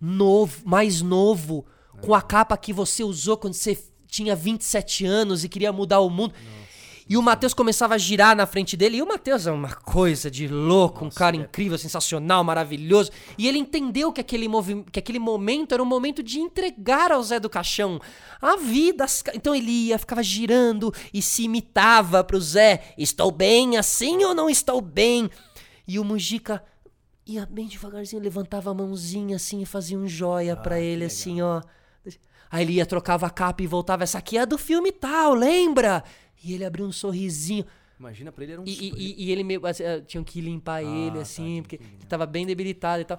B: novo, mais novo, com a capa que você usou quando você tinha 27 anos e queria mudar o mundo. E o Matheus começava a girar na frente dele. E o Matheus é uma coisa de louco, um cara incrível, sensacional, maravilhoso. E ele entendeu que aquele, movi- que aquele momento era um momento de entregar ao Zé do Caixão a vida. as ca- Então ele ia, ficava girando e se imitava pro Zé. Estou bem assim ou não estou bem? E o Mujica ia bem devagarzinho, levantava a mãozinha assim e fazia um joia pra ele, assim, ó. Aí ele ia, trocava a capa e voltava. Essa aqui é a do filme tal, lembra? E ele abriu um sorrisinho.
C: Imagina pra ele era um.
B: E,
C: ele
B: e, e- e ele meio. Assim, eh, tinham que limpar ele,
C: tá,
B: assim,
C: tinha
B: porque
C: que
B: ele tava bem debilitado e tal.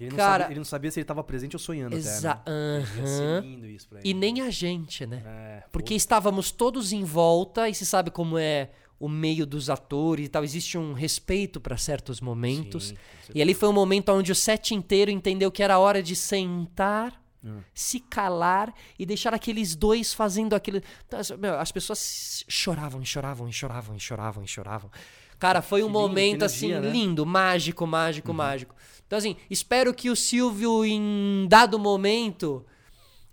C: não
B: cara-
C: sabia, ele não sabia se ele tava presente ou sonhando.
B: Exa-
C: Até, né? Devia ser
B: Aham.
C: lindo isso pra ele.
B: E nem a gente, né?
C: É, pô,
B: Porque estávamos todos em volta, e se sabe como é o meio dos atores e tal, existe um respeito pra certos momentos.
C: sim, com
B: e ali foi um momento onde o set inteiro entendeu que era hora de sentar, se calar e deixar aqueles dois fazendo aquilo. Então, as- meu, as pessoas choravam, e choravam, e choravam, e choravam, e choravam. Cara, foi um
C: lindo, que
B: momento assim
C: energia, né? Uhum.
B: lindo, mágico, mágico, mágico. Então, assim, espero que o Silvio, em dado momento,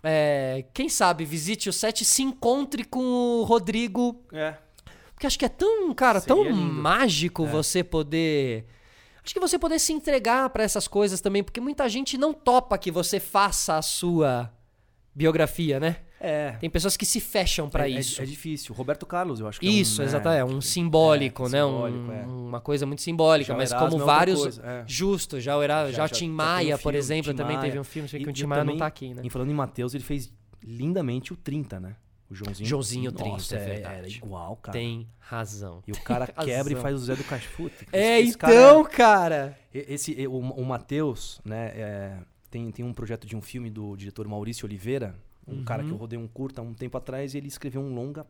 B: é, quem sabe visite o set e se encontre com o Rodrigo.
C: É.
B: Porque acho que é tão, cara,
C: Seria
B: tão
C: lindo. É.
B: mágico você poder. Acho que você poder se entregar pra essas coisas também, porque muita gente não topa que você faça a sua biografia, né?
C: É.
B: Tem pessoas que se fecham pra
C: é, é-
B: isso.
C: É, difícil. Roberto Carlos, eu acho que
B: Isso,
C: é um, né?
B: exatamente. É um simbólico, né? Um-
C: simbólico, é.
B: Uma coisa muito simbólica,
C: Já o
B: mas
C: Erasmo é
B: como
C: outra
B: vários.
C: coisa, é.
B: Justo, já o, Era, já, o Tim
C: tem um
B: Maia, por
C: filme,
B: exemplo,
C: Tim
B: também
C: Maia.
B: teve um filme. sei que
C: E-
B: o Tim
C: e
B: Maia não
C: também,
B: tá aqui, né?
C: E falando em Matheus, ele fez lindamente o 30, né? O Joãozinho.
B: Joãozinho
C: Nossa,
B: 30, é
C: é-
B: verdade.
C: Era igual, cara.
B: Tem razão.
C: E o cara
B: Razão.
C: quebra e faz o Zé do Cachorro.
B: É, então, cara.
C: Esse, é- e- o, o Matheus, né, é, tem, tem um projeto de um filme do diretor Maurício Oliveira, um cara
B: Uhum.
C: que eu rodei um curta há um tempo atrás, e ele escreveu um longa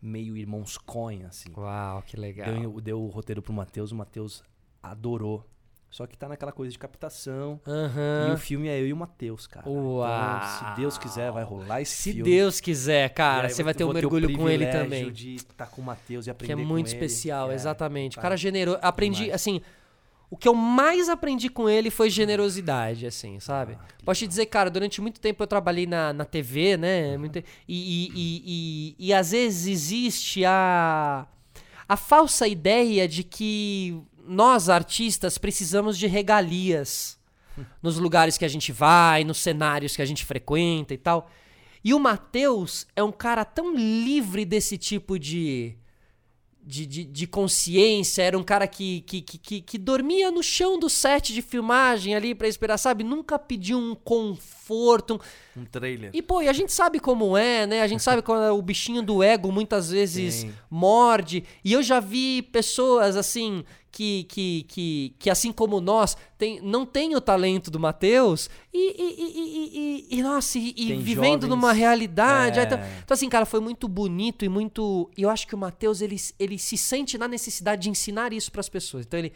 C: meio Irmãos Coen, assim.
B: Uau, que legal.
C: Deu, deu o roteiro pro Matheus, o Matheus adorou. Só que tá naquela coisa de captação, e o
B: Aham.
C: filme é eu e o Matheus, cara.
B: Uau.
C: Então, se Deus quiser, vai rolar esse
B: Se
C: filme.
B: Deus quiser,
C: E
B: cara,
C: aí
B: você vai
C: eu
B: ter um
C: vou o
B: mergulho com ele
C: privilégio
B: também.
C: de estar com o Matheus e
B: Que
C: aprender
B: é
C: com
B: muito
C: ele.
B: especial,
C: É,
B: exatamente. O
C: tá.
B: cara generoso. Aprendi,
C: Demais.
B: assim. O que eu mais aprendi com ele foi generosidade,
C: Ah,
B: assim, sabe? Posso te dizer, cara, durante muito tempo eu trabalhei na, na TV, né? Muito- e, e, e, e, e às vezes existe a, a falsa ideia de que nós, artistas, precisamos de regalias nos lugares que a gente vai, nos cenários que a gente frequenta e tal. E o Matheus é um cara tão livre desse tipo de de, de, de consciência, era um cara que, que, que, que, que dormia no chão do set de filmagem ali pra esperar, sabe? Nunca pediu um conforto. um-
C: Um trailer.
B: E, pô, e a gente sabe como é, né? A gente sabe quando o bichinho do ego muitas vezes
C: Sim.
B: morde. E eu já vi pessoas, assim, que, que, que, que assim como nós, tem, não tem o talento do Matheus e, e, e, e, e- e, nossa, e, e
C: Tem
B: vivendo
C: jovens-
B: numa realidade.
C: É.
B: aí, Então, então, assim, cara, foi muito bonito e muito. E eu acho que o Matheus, ele, ele se sente na necessidade de ensinar isso pras pessoas. Então, ele,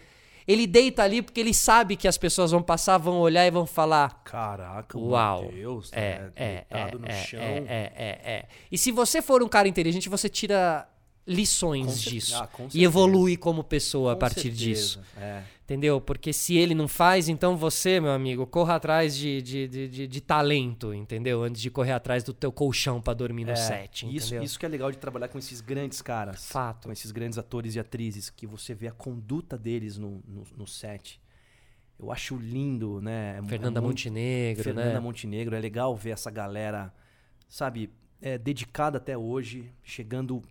B: ele deita ali porque ele sabe que as pessoas vão passar, vão olhar e vão falar.
C: Caraca, o
B: Uau.
C: Matheus,
B: É,
C: né,
B: é, é,
C: deitado no
B: é,
C: chão.
B: é, é, é, é. E se você for um cara inteligente, você tira
C: Com
B: lições
C: cer-
B: disso
C: ah, com
B: e
C: certeza.
B: evolui como pessoa a
C: Com
B: partir
C: certeza,
B: disso,
C: é.
B: entendeu? Porque se ele não faz, então você, meu amigo, corra atrás de, de, de, de- de talento, entendeu? Antes de correr atrás do teu colchão pra dormir no
C: É,
B: set,
C: e isso,
B: entendeu?
C: isso que é legal de trabalhar com esses grandes caras.
B: Fato.
C: Com esses grandes atores e atrizes, que você vê a conduta deles no, no, no set. Eu acho lindo, né? É mu- é
B: Fernanda
C: muito-
B: Montenegro,
C: Fernanda
B: né?
C: Montenegro. É legal ver essa galera, sabe, é, dedicada até hoje, chegando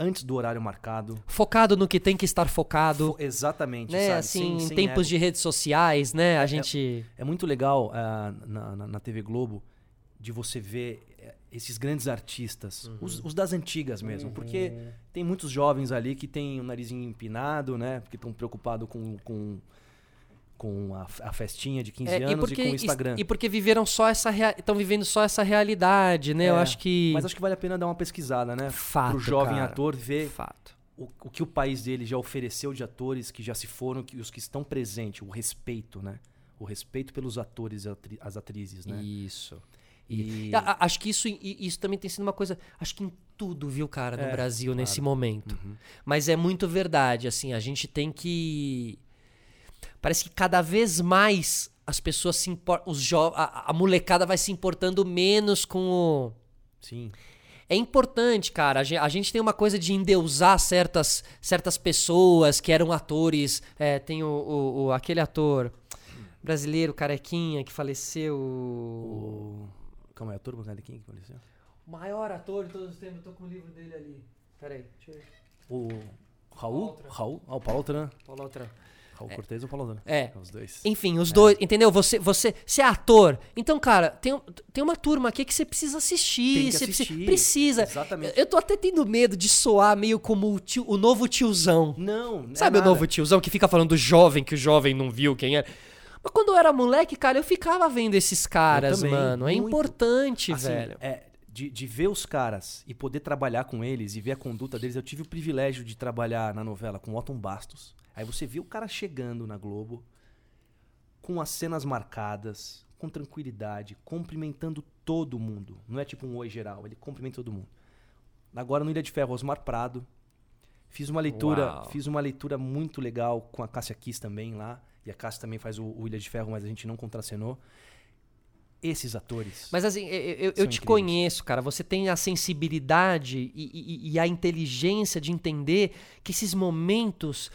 C: antes do horário marcado.
B: Focado no que tem que estar focado,
C: Fo- Exatamente,
B: né?
C: sabe? é.
B: assim,
C: Sem-
B: em
C: sem
B: tempos
C: ego.
B: de redes sociais, né? A gente...
C: É muito legal ah, na, na, na TV Globo de você ver eh, esses grandes artistas,
B: Uhum.
C: os, os das antigas mesmo, porque tem muitos jovens ali que tem o narizinho empinado, né? Porque estão preocupados com, com, com a, a festinha de 15
B: É,
C: anos e, com o Instagram.
B: e porque viveram só essa estão vivendo só essa realidade, né? Eu
C: É,
B: acho que
C: Mas acho que vale a pena dar uma pesquisada, né?
B: fato,
C: Pro jovem
B: cara.
C: ator ver
B: fato.
C: o, o que o país dele já ofereceu de atores que já se foram, que, os que estão presentes, o respeito, né? O respeito pelos atores e atri- as atrizes, né?
B: Isso.
C: E-
B: E... a- a- acho que isso, e- isso também tem sido uma coisa. Acho que em tudo, viu, cara, no
C: É, Uhum.
B: Brasil nesse momento. Mas é muito verdade, assim, a gente tem que. Parece que cada vez mais as pessoas se importam. Os jo... a, a molecada vai se importando menos com o.
C: Sim.
B: É importante, cara. A gen- a gente, tem uma coisa de endeusar certas, certas pessoas que eram atores. É, tem o, o- o- aquele ator brasileiro, carequinha, que faleceu.
C: O... Calma aí, ator Bernardo King que faleceu?
B: O maior ator de todos os tempos. Eu tô com o livro dele ali. Peraí, deixa eu ver.
C: O Raul?
B: Paltra.
C: Raul? Ah, o Paulo Altran.
B: Paulo Altran.
C: Raul Cortez ou Paulo Altran?
B: É.
C: Os dois.
B: Enfim, os dois, entendeu? Você, você, você é ator. Então, cara, tem, um- tem uma turma aqui que você precisa assistir.
C: Tem que
B: você precisa-
C: assistir.
B: precisa.
C: Exatamente.
B: Eu, eu tô até tendo medo de soar meio como o, tio- o novo tiozão.
C: Não, não é
B: Sabe
C: nada.
B: o novo tiozão que fica falando do jovem, que o jovem não viu quem era? Mas quando eu era moleque, cara, eu ficava vendo esses caras,
C: também,
B: mano. É
C: muito.
B: importante,
C: Assim,
B: velho.
C: É, de, de ver os caras e poder trabalhar com eles e ver a conduta deles. Eu tive o privilégio de trabalhar na novela com Otton Bastos. Aí você vê o cara chegando na Globo, com as cenas marcadas, com tranquilidade, cumprimentando todo mundo. Não é tipo um oi geral, ele cumprimenta todo mundo. Agora no Ilha de Ferro, Osmar Prado. Fiz uma leitura,
B: Uau.
C: fiz uma leitura muito legal com a Cássia Kiss também lá. E a Cássia também faz o, o Ilha de Ferro, mas a gente não contracenou. Esses atores.
B: Mas assim, eu, eu- eu te
C: São incríveis.
B: conheço, cara. Você tem a sensibilidade e, e- e a inteligência de entender que esses momentos.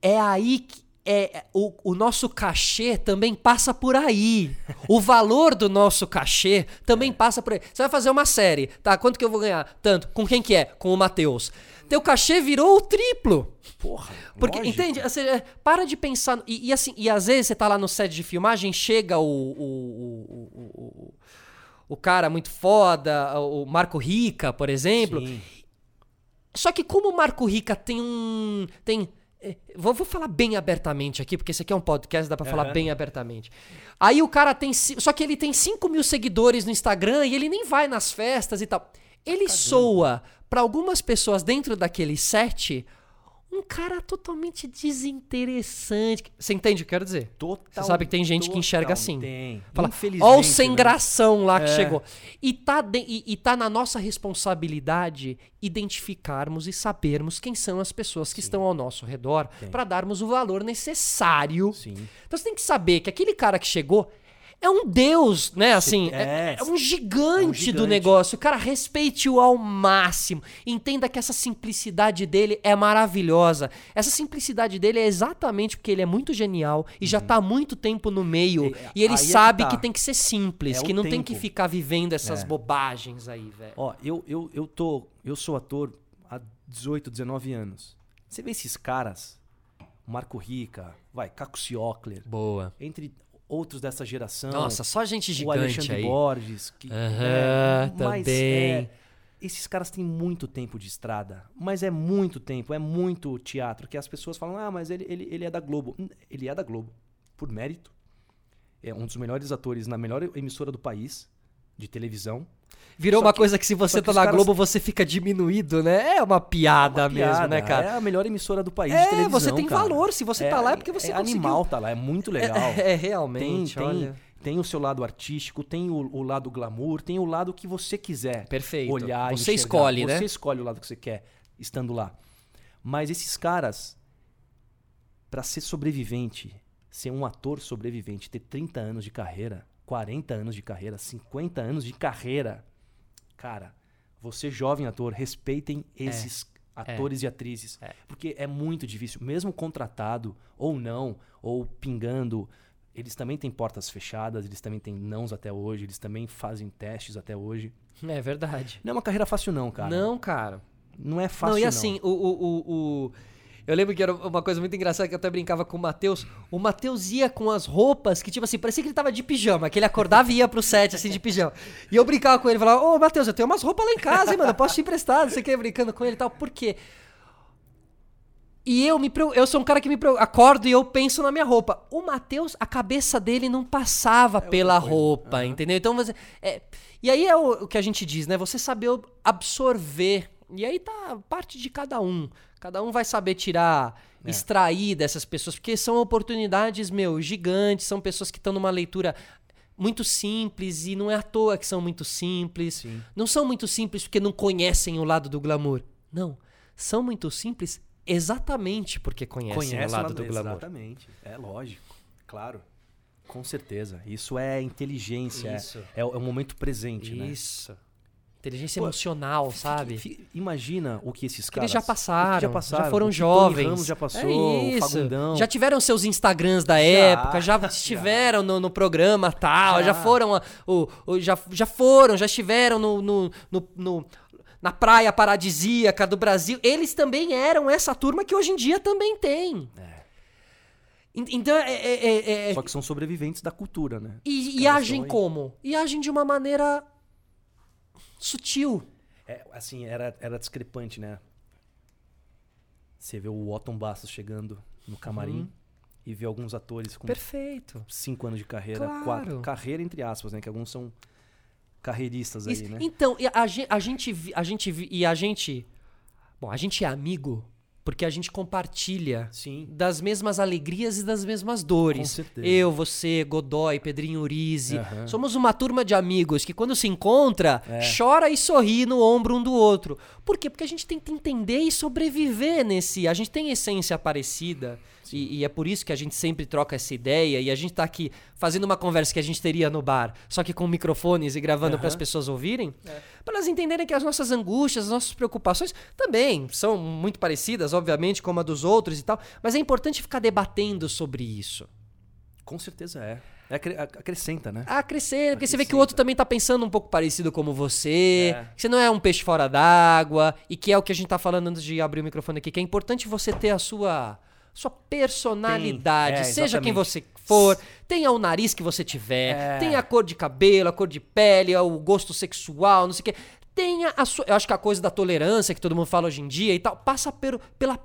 B: É aí que. É, o, o nosso cachê também passa por aí. O valor do nosso cachê também
C: É.
B: passa por aí. Você vai fazer uma série, tá? Quanto que eu vou ganhar? Tanto. Com quem que é? Com o Matheus. Teu cachê virou o triplo.
C: Porra,
B: Porque,
C: lógico.
B: entende? Ou seja, é, para de pensar. no- E, e assim, e às vezes você tá lá no set de filmagem, chega o. o, o, o- o- o- o cara muito foda, o Marco Rica, por exemplo.
C: Sim.
B: Só que como o Marco Rica tem um. tem. eh, Vou, vou falar bem abertamente aqui, porque esse aqui é um podcast, dá pra falar bem abertamente. Aí o cara tem. ci- Só que ele tem 5 mil seguidores no Instagram e ele nem vai nas festas e tal. Ele soa pra algumas pessoas dentro daquele set um cara totalmente desinteressante. Você entende o que eu quero dizer?
C: Total,
B: Você sabe que tem gente que enxerga
C: total,
B: assim.
C: Tem.
B: Fala,
C: Infelizmente,
B: ó o sem
C: né?
B: gração lá que
C: É.
B: chegou. E tá, de- e, e tá na nossa responsabilidade identificarmos e sabermos quem são as pessoas que estão ao nosso redor pra darmos o valor necessário.
C: Sim.
B: Então você tem que saber que aquele cara que chegou é um deus, né? Assim, é,
C: é.
B: é um gigante do
C: gigante.
B: negócio. Cara, respeite-o ao máximo. Entenda que essa simplicidade dele é maravilhosa. Essa simplicidade dele é exatamente porque ele é muito genial e já tá há muito tempo no meio.
C: E-
B: E,
C: aí
B: ele
C: Uhum. é que
B: sabe
C: tá.
B: que tem que ser simples,
C: É o
B: que não tem
C: tempo.
B: que ficar vivendo essas
C: É.
B: bobagens aí, velho.
C: Ó, eu, eu, eu tô. Eu sou ator há 18, 19 anos. Você vê esses caras, Marco Rica, vai, Caco Ciocler,
B: Boa.
C: entre outros dessa geração.
B: Nossa, só gente
C: o
B: gigante
C: Alexandre
B: aí.
C: Borges. Que, né,
B: Aham,
C: mas,
B: também.
C: é, esses caras têm muito tempo de estrada, mas é muito tempo, é muito teatro, que as pessoas falam, ah, mas ele, ele, ele é da Globo. Hum, Ele é da Globo, por mérito. É um dos melhores atores na melhor emissora do país, de televisão.
B: Virou
C: Só
B: uma
C: que-
B: coisa que se você
C: só
B: tá
C: que os
B: na
C: caras-
B: Globo, você fica diminuído, né? É uma piada, mesmo,
C: Piada,
B: né, cara?
C: É a melhor emissora do país de
B: É,
C: televisão,
B: você tem
C: cara.
B: valor. Se você tá lá é porque você
C: é
B: conseguiu.
C: animal tá lá, é muito legal.
B: É,
C: Tem,
B: realmente,
C: tem,
B: olha.
C: tem o seu lado artístico, tem o, o lado glamour, tem o lado que você quiser
B: Perfeito.
C: olhar e
B: Você
C: enxergar.
B: escolhe, né?
C: Você escolhe o lado que você quer estando lá. Mas esses caras, pra ser sobrevivente, ser um ator sobrevivente, ter 30 anos de carreira, 40 anos de carreira, 50 anos de carreira, cara, você jovem ator, respeitem
B: É.
C: esses atores e atrizes. Porque é muito difícil, mesmo contratado ou não, ou pingando, eles também têm portas fechadas, eles também têm nãos até hoje, eles também fazem testes até hoje.
B: É verdade.
C: Não é uma carreira fácil não, cara.
B: Não, assim, cara.
C: Não é fácil
B: não, e assim, O, o, o, o- Eu lembro que era uma coisa muito engraçada que eu até brincava com o Matheus. O Matheus ia com as roupas que, tipo assim, parecia que ele tava de pijama, que ele acordava e ia pro set, assim, de pijama. E eu brincava com ele, falava, ô Matheus, eu tenho umas roupas lá em casa, hein, mano, eu posso te emprestar, não sei o que, brincando com ele e tal. Por quê? E eu me preo- eu sou um cara que me preo- acordo e eu penso na minha roupa. O Matheus, a cabeça dele não passava pela roupa, entendeu? Então você é, e aí é o, o que a gente diz, né? Você saber ob- absorver. E aí tá parte de cada um. Cada um vai saber tirar, extrair dessas pessoas, porque são oportunidades, meu, gigantes, são pessoas que estão numa leitura muito simples e não é à toa que são muito simples. Não são muito simples porque não conhecem o lado do glamour. Não, são muito simples exatamente porque
C: é
B: conhecem
C: assim,
B: o lado do glamour.
C: Exatamente. É lógico. Claro. Com certeza. Isso é inteligência.
B: Isso.
C: É, é o é o momento presente, né?
B: Isso. Inteligência
C: Pô,
B: emocional, sabe?
C: Fi- Imagina o que esses
B: que
C: caras...
B: eles já
C: o que
B: passaram, já,
C: já passaram.
B: foram
C: o que Tony
B: jovens.
C: Ramos já passou,
B: é
C: o
B: isso.
C: Fagundão.
B: Já tiveram seus Instagrams da época, já estiveram No, no programa tal, já,
C: Já.
B: foram, a- o, o- já, já foram, já estiveram no, no- no- no- na praia paradisíaca do Brasil. Eles também eram essa turma que hoje em dia também tem. En- Então, é- é- é- é-
C: É. Só que são sobreviventes da cultura, né?
B: e, e
C: caras
B: agem
C: estão aí.
B: como? E agem de uma maneira sutil.
C: É, assim, era, era discrepante, né? Você vê o Otton Bastos chegando no camarim e vê alguns atores com
B: Uhum. Perfeito.
C: cinco anos de carreira,
B: Claro.
C: quatro. Carreira entre aspas, né? Que alguns são carreiristas aí,
B: Isso-
C: né?
B: Então, e a, gen- a gente, vi- a gente vi- e a gente, bom, a gente é amigo porque a gente compartilha
C: Sim.
B: das mesmas alegrias e das mesmas dores.
C: Com certeza.
B: Eu, você, Godoy, Pedrinho Urize,
C: Aham.
B: somos uma turma de amigos que quando se encontra,
C: É.
B: chora e sorri no ombro um do outro. Por quê? Porque a gente tenta entender e sobreviver nesse, a gente tem essência parecida. E, e é por isso que a gente sempre troca essa ideia e a gente tá aqui fazendo uma conversa que a gente teria no bar, só que com microfones e gravando para as pessoas ouvirem, para elas entenderem que as nossas angústias, as nossas preocupações também são muito parecidas, obviamente, como a dos outros e tal, mas é importante ficar debatendo sobre isso.
C: Com certeza é. É, acre- ac- acrescenta, né?
B: Acrescenta, porque você vê que
C: Acrescenta.
B: o outro também tá pensando um pouco parecido como você,
C: É.
B: que você não é um peixe fora d'água, e que é o que a gente tá falando antes de abrir o microfone aqui, que é importante você ter a sua sua personalidade,
C: Tem, é,
B: seja quem
C: exatamente. É.
B: você for, tenha o nariz que você tiver, tenha a cor de cabelo, a cor de pele, o gosto sexual, não sei o quê. Tenha a sua. Eu acho que a coisa da tolerância que todo mundo fala hoje em dia e tal, passa pelo, pela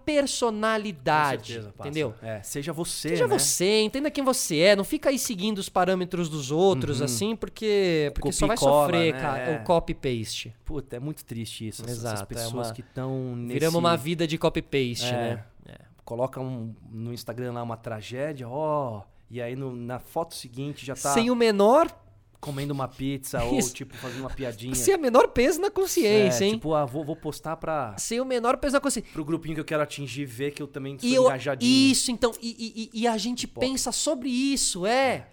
B: personalidade.
C: passa.
B: entendeu?
C: É, seja você,
B: Seja
C: né?
B: você, entenda quem você é, não fica aí seguindo os parâmetros dos outros, assim, porque, porque
C: Copia
B: só
C: Uhum. e
B: vai
C: cola,
B: sofrer,
C: né?
B: cara,
C: É.
B: o copy-paste.
C: Puta, é muito triste isso. Essas, essas
B: Exato, é
C: pessoas
B: uma-
C: que estão nesse...
B: Viramos uma vida de copy-paste,
C: É.
B: né?
C: Coloca um- no Instagram lá uma tragédia, ó... e aí no- na foto seguinte já tá
B: Sem o menor,
C: comendo uma pizza ou,
B: Isso.
C: tipo, fazendo uma piadinha.
B: sem o menor peso na consciência,
C: É,
B: hein?
C: Tipo, ah, vou, vou postar pra,
B: Sem o menor peso na consciência.
C: pro grupinho que eu quero atingir ver que eu também sou
B: E eu-
C: engajadinho.
B: Isso, então, e, e- e- e a gente pensa sobre isso, é.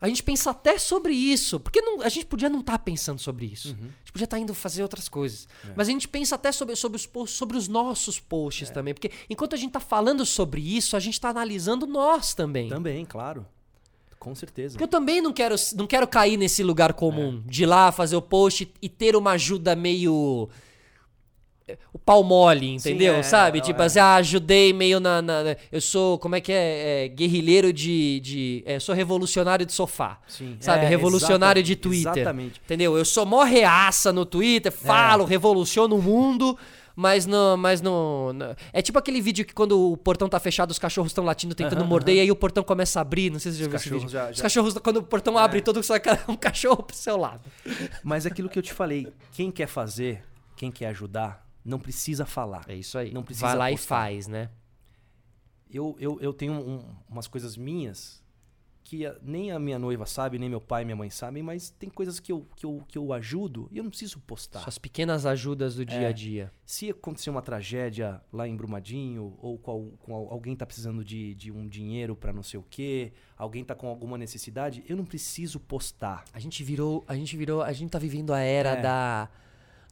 B: A gente pensa até sobre isso, porque não- a gente podia não estar pensando sobre isso. A gente podia estar indo fazer outras coisas. Mas a gente pensa até sobre, sobre, os, posts- sobre os nossos posts também, porque enquanto a gente está falando sobre isso, a gente está analisando nós também.
C: Também, claro. Com certeza.
B: Porque eu também não quero, não quero cair nesse lugar comum
C: É.
B: de ir lá fazer o post e ter uma ajuda meio. é, O pau mole,
C: Sim,
B: entendeu?
C: é,
B: Sabe?
C: é,
B: tipo
C: é.
B: assim, ah, ajudei meio na, na- na- Eu sou, como é que é? É, guerrilheiro de. de é, sou revolucionário de sofá.
C: Sim.
B: Sabe?
C: É,
B: revolucionário
C: exata-
B: de Twitter.
C: exatamente.
B: Entendeu? Eu sou mó reaça no Twitter, falo, revoluciono o mundo. Mas não, mas não, não- É tipo aquele vídeo que quando o portão tá fechado, os cachorros estão latindo, tentando morder, e aí o portão começa a abrir. Não sei se você já viu esse
C: cachorros
B: vídeo.
C: já-
B: Os
C: já-
B: cachorros, quando o portão abre, todo sai ca- um cachorro pro seu lado.
C: Mas aquilo que eu te falei, quem quer fazer, quem quer ajudar, não precisa falar.
B: É isso aí.
C: Não precisa
B: Vai lá e
C: postar.
B: faz, né?
C: Eu, eu, eu tenho um- umas coisas minhas que a- nem a minha noiva sabe, nem meu pai e minha mãe sabem, mas tem coisas que eu, que eu, que eu ajudo e eu não preciso postar.
B: Suas pequenas ajudas do dia a dia.
C: Se acontecer uma tragédia lá em Brumadinho, ou com, al- com al- alguém tá precisando de, de um dinheiro para não sei o quê, alguém tá com alguma necessidade, eu não preciso postar.
B: A gente virou, a gente virou, a gente tá vivendo a era
C: É.
B: da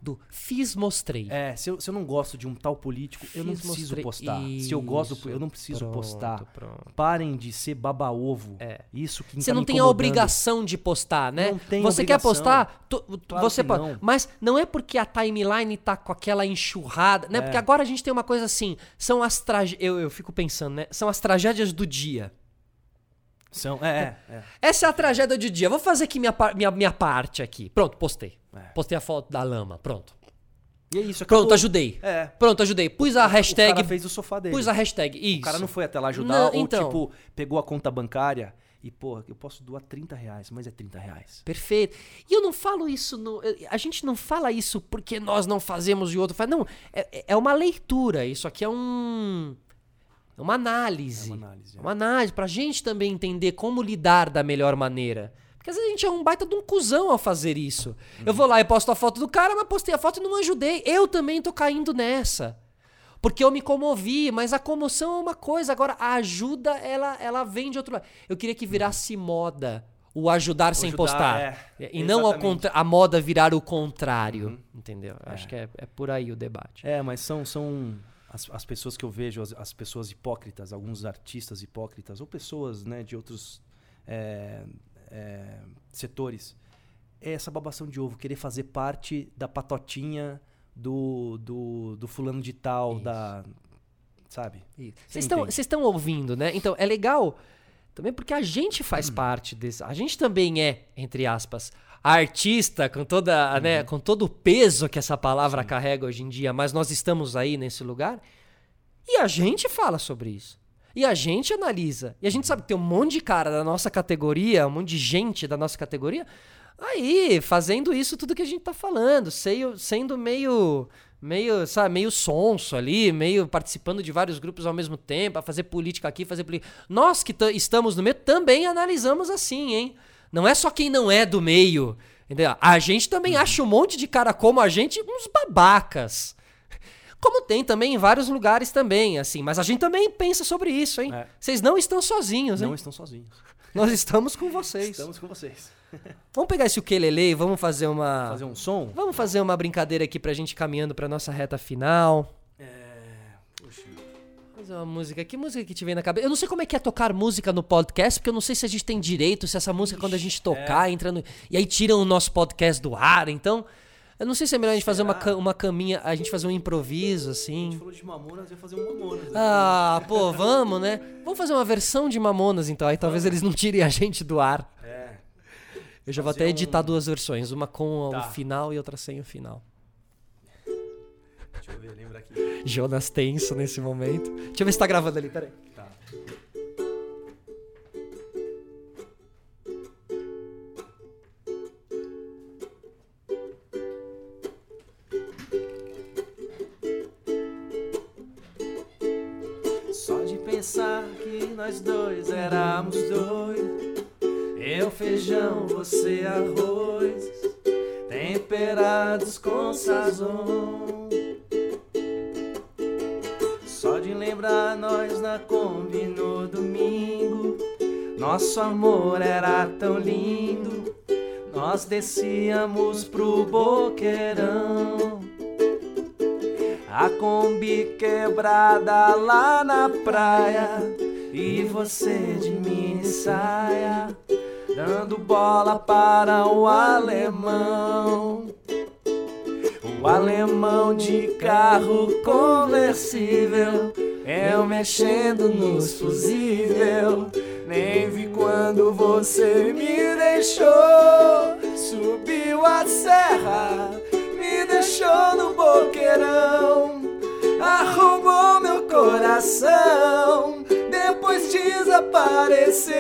B: do fiz, mostrei.
C: É, se eu, se eu não gosto de um tal político, eu não
B: Fiz,
C: preciso
B: mostrei.
C: postar. Se eu gosto, do
B: Isso.
C: po- eu não preciso
B: Pronto,
C: postar.
B: pronto.
C: Parem de ser baba-ovo.
B: É.
C: Isso que
B: Você
C: tá
B: não
C: me
B: tem a
C: incomodando.
B: obrigação de postar, né?
C: Não tem
B: você quer
C: obrigação.
B: postar, tu- tu-
C: Claro
B: você
C: que
B: pode.
C: não.
B: Mas não é porque a timeline tá com aquela enxurrada,
C: É.
B: né? Porque agora a gente tem uma coisa assim, são as tragédias, eu, eu fico pensando, né? São as tragédias do dia.
C: São, é, é, é.
B: Essa é a tragédia do dia. Vou fazer aqui minha, par- minha, minha parte aqui. Pronto, postei.
C: É.
B: Postei a foto da lama, pronto.
C: E é isso. acabou.
B: Pronto, ajudei.
C: É.
B: Pronto, ajudei. Pus a hashtag.
C: O cara fez o sofá dele.
B: Pus a hashtag. Isso.
C: O cara não foi até lá ajudar,
B: Não,
C: ou
B: então.
C: tipo, pegou a conta bancária e, porra, eu posso doar 30 reais, mas é 30 reais.
B: Perfeito. E eu não falo isso. No, eu- a gente não fala isso porque nós não fazemos e o outro faz. Não, é, é uma leitura. Isso aqui é um. É uma análise.
C: É uma análise, é.
B: É uma análise. Pra gente também entender como lidar da melhor maneira. Porque às vezes a gente é um baita de um cuzão ao fazer isso. Eu
C: Uhum.
B: vou lá e posto a foto do cara, mas postei a foto e não ajudei. Eu também tô caindo nessa. Porque eu me comovi, mas a comoção é uma coisa. Agora, a ajuda, ela, ela vem de outro lado. Eu queria que virasse moda o ajudar sem
C: ajudar,
B: postar.
C: é.
B: e não
C: Exatamente.
B: ao
C: Uhum.
B: contra- a moda virar o contrário. Entendeu? Acho que é, é por aí o debate.
C: É, mas são, são as, as pessoas que eu vejo, as, as pessoas hipócritas, alguns artistas hipócritas, ou pessoas né, de outros é, é, setores. É essa babação de ovo, querer fazer parte da patotinha do, do, do fulano de tal,
B: Isso.
C: da. Sabe?
B: E-
C: Você
B: Vocês estão-
C: entende.
B: vocês estão ouvindo, né? Então, é legal também porque a gente faz parte desse. A gente também é, entre aspas, artista, com, toda, né, com todo o peso que essa palavra carrega hoje em dia, mas nós estamos aí nesse lugar. E a gente fala sobre isso. E a gente analisa. E a gente sabe que tem um monte de cara da nossa categoria, um monte de gente da nossa categoria, aí, fazendo isso tudo que a gente tá falando, seio- sendo meio. Meio, sabe, meio sonso ali, meio participando de vários grupos ao mesmo tempo, a fazer política aqui, fazer política. Nós que ta- estamos no meio também analisamos assim, hein? Não é só quem não é do meio. Entendeu? A gente também
C: Uhum.
B: acha um monte de cara como a gente uns babacas. Como tem também em vários lugares também, assim. Mas a gente também pensa sobre isso, hein?
C: É.
B: Vocês não estão sozinhos, hein?
C: Não estão sozinhos.
B: Nós estamos com vocês.
C: Estamos com vocês.
B: Vamos pegar esse ukelele e vamos fazer uma...
C: Fazer um som?
B: Vamos fazer uma brincadeira aqui pra gente caminhando pra nossa reta final. Fazer uma música. Que música que te vem na cabeça? Eu não sei como é que é tocar música no podcast, porque eu não sei se a gente tem direito, se essa música, quando a gente tocar, entra no. E aí tiram o nosso podcast do ar, então. Eu não sei se é melhor a gente fazer uma, ca- uma caminha, a gente fazer um improviso, assim.
C: falou de Mamonas, eu ia fazer um Mamonas.
B: Ah, pô, vamos, né? Vamos fazer uma versão de Mamonas, então. Aí talvez eles não tirem a gente do ar.
C: É.
B: Eu já vou
C: Fazer
B: até editar
C: um-
B: duas versões, uma com
C: Tá.
B: o final e outra sem o final.
C: Deixa eu ver, lembra aqui.
B: Jonas tenso nesse momento. Deixa eu ver se tá gravando ali, peraí.
C: Tá. Só de pensar que nós dois éramos dois. Eu feijão, você arroz, temperados com sazon. Só de lembrar nós na Kombi no domingo. Nosso amor era tão lindo. Nós descíamos pro boqueirão. A Kombi quebrada lá na praia. E você de mini saia, dando bola para o alemão. O alemão de carro conversível, eu mexendo nos fusível. Nem vi quando você me deixou, subiu a serra, me deixou no boqueirão, arrumou meu coração, depois desapareceu.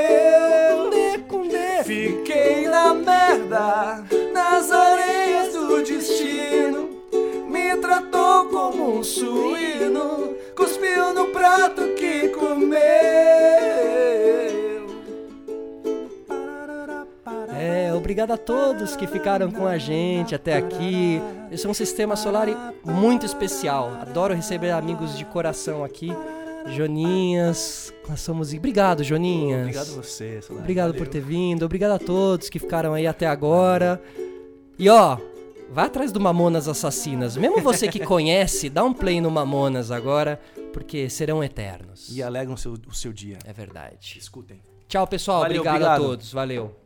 C: Fiquei na merda, nas areias do destino. Me tratou como um suíno, cuspiu no prato que comeu.
B: É, obrigado a todos que ficaram com a gente até aqui. Esse é um sistema solar muito especial. Adoro receber amigos de coração aqui. Joninhas, com a sua música. Obrigado, Joninhas.
C: você, Solar.
B: Obrigado por ter vindo. Obrigado a todos que ficaram aí até agora. E ó, Vá atrás do Mamonas Assassinas. Mesmo você que conhece, dá um play no Mamonas agora, porque serão eternos.
C: E alegram o seu, o seu dia.
B: É verdade.
C: Escutem.
B: Tchau, pessoal.
C: Valeu,
B: obrigado,
C: obrigado.
B: a todos. Valeu.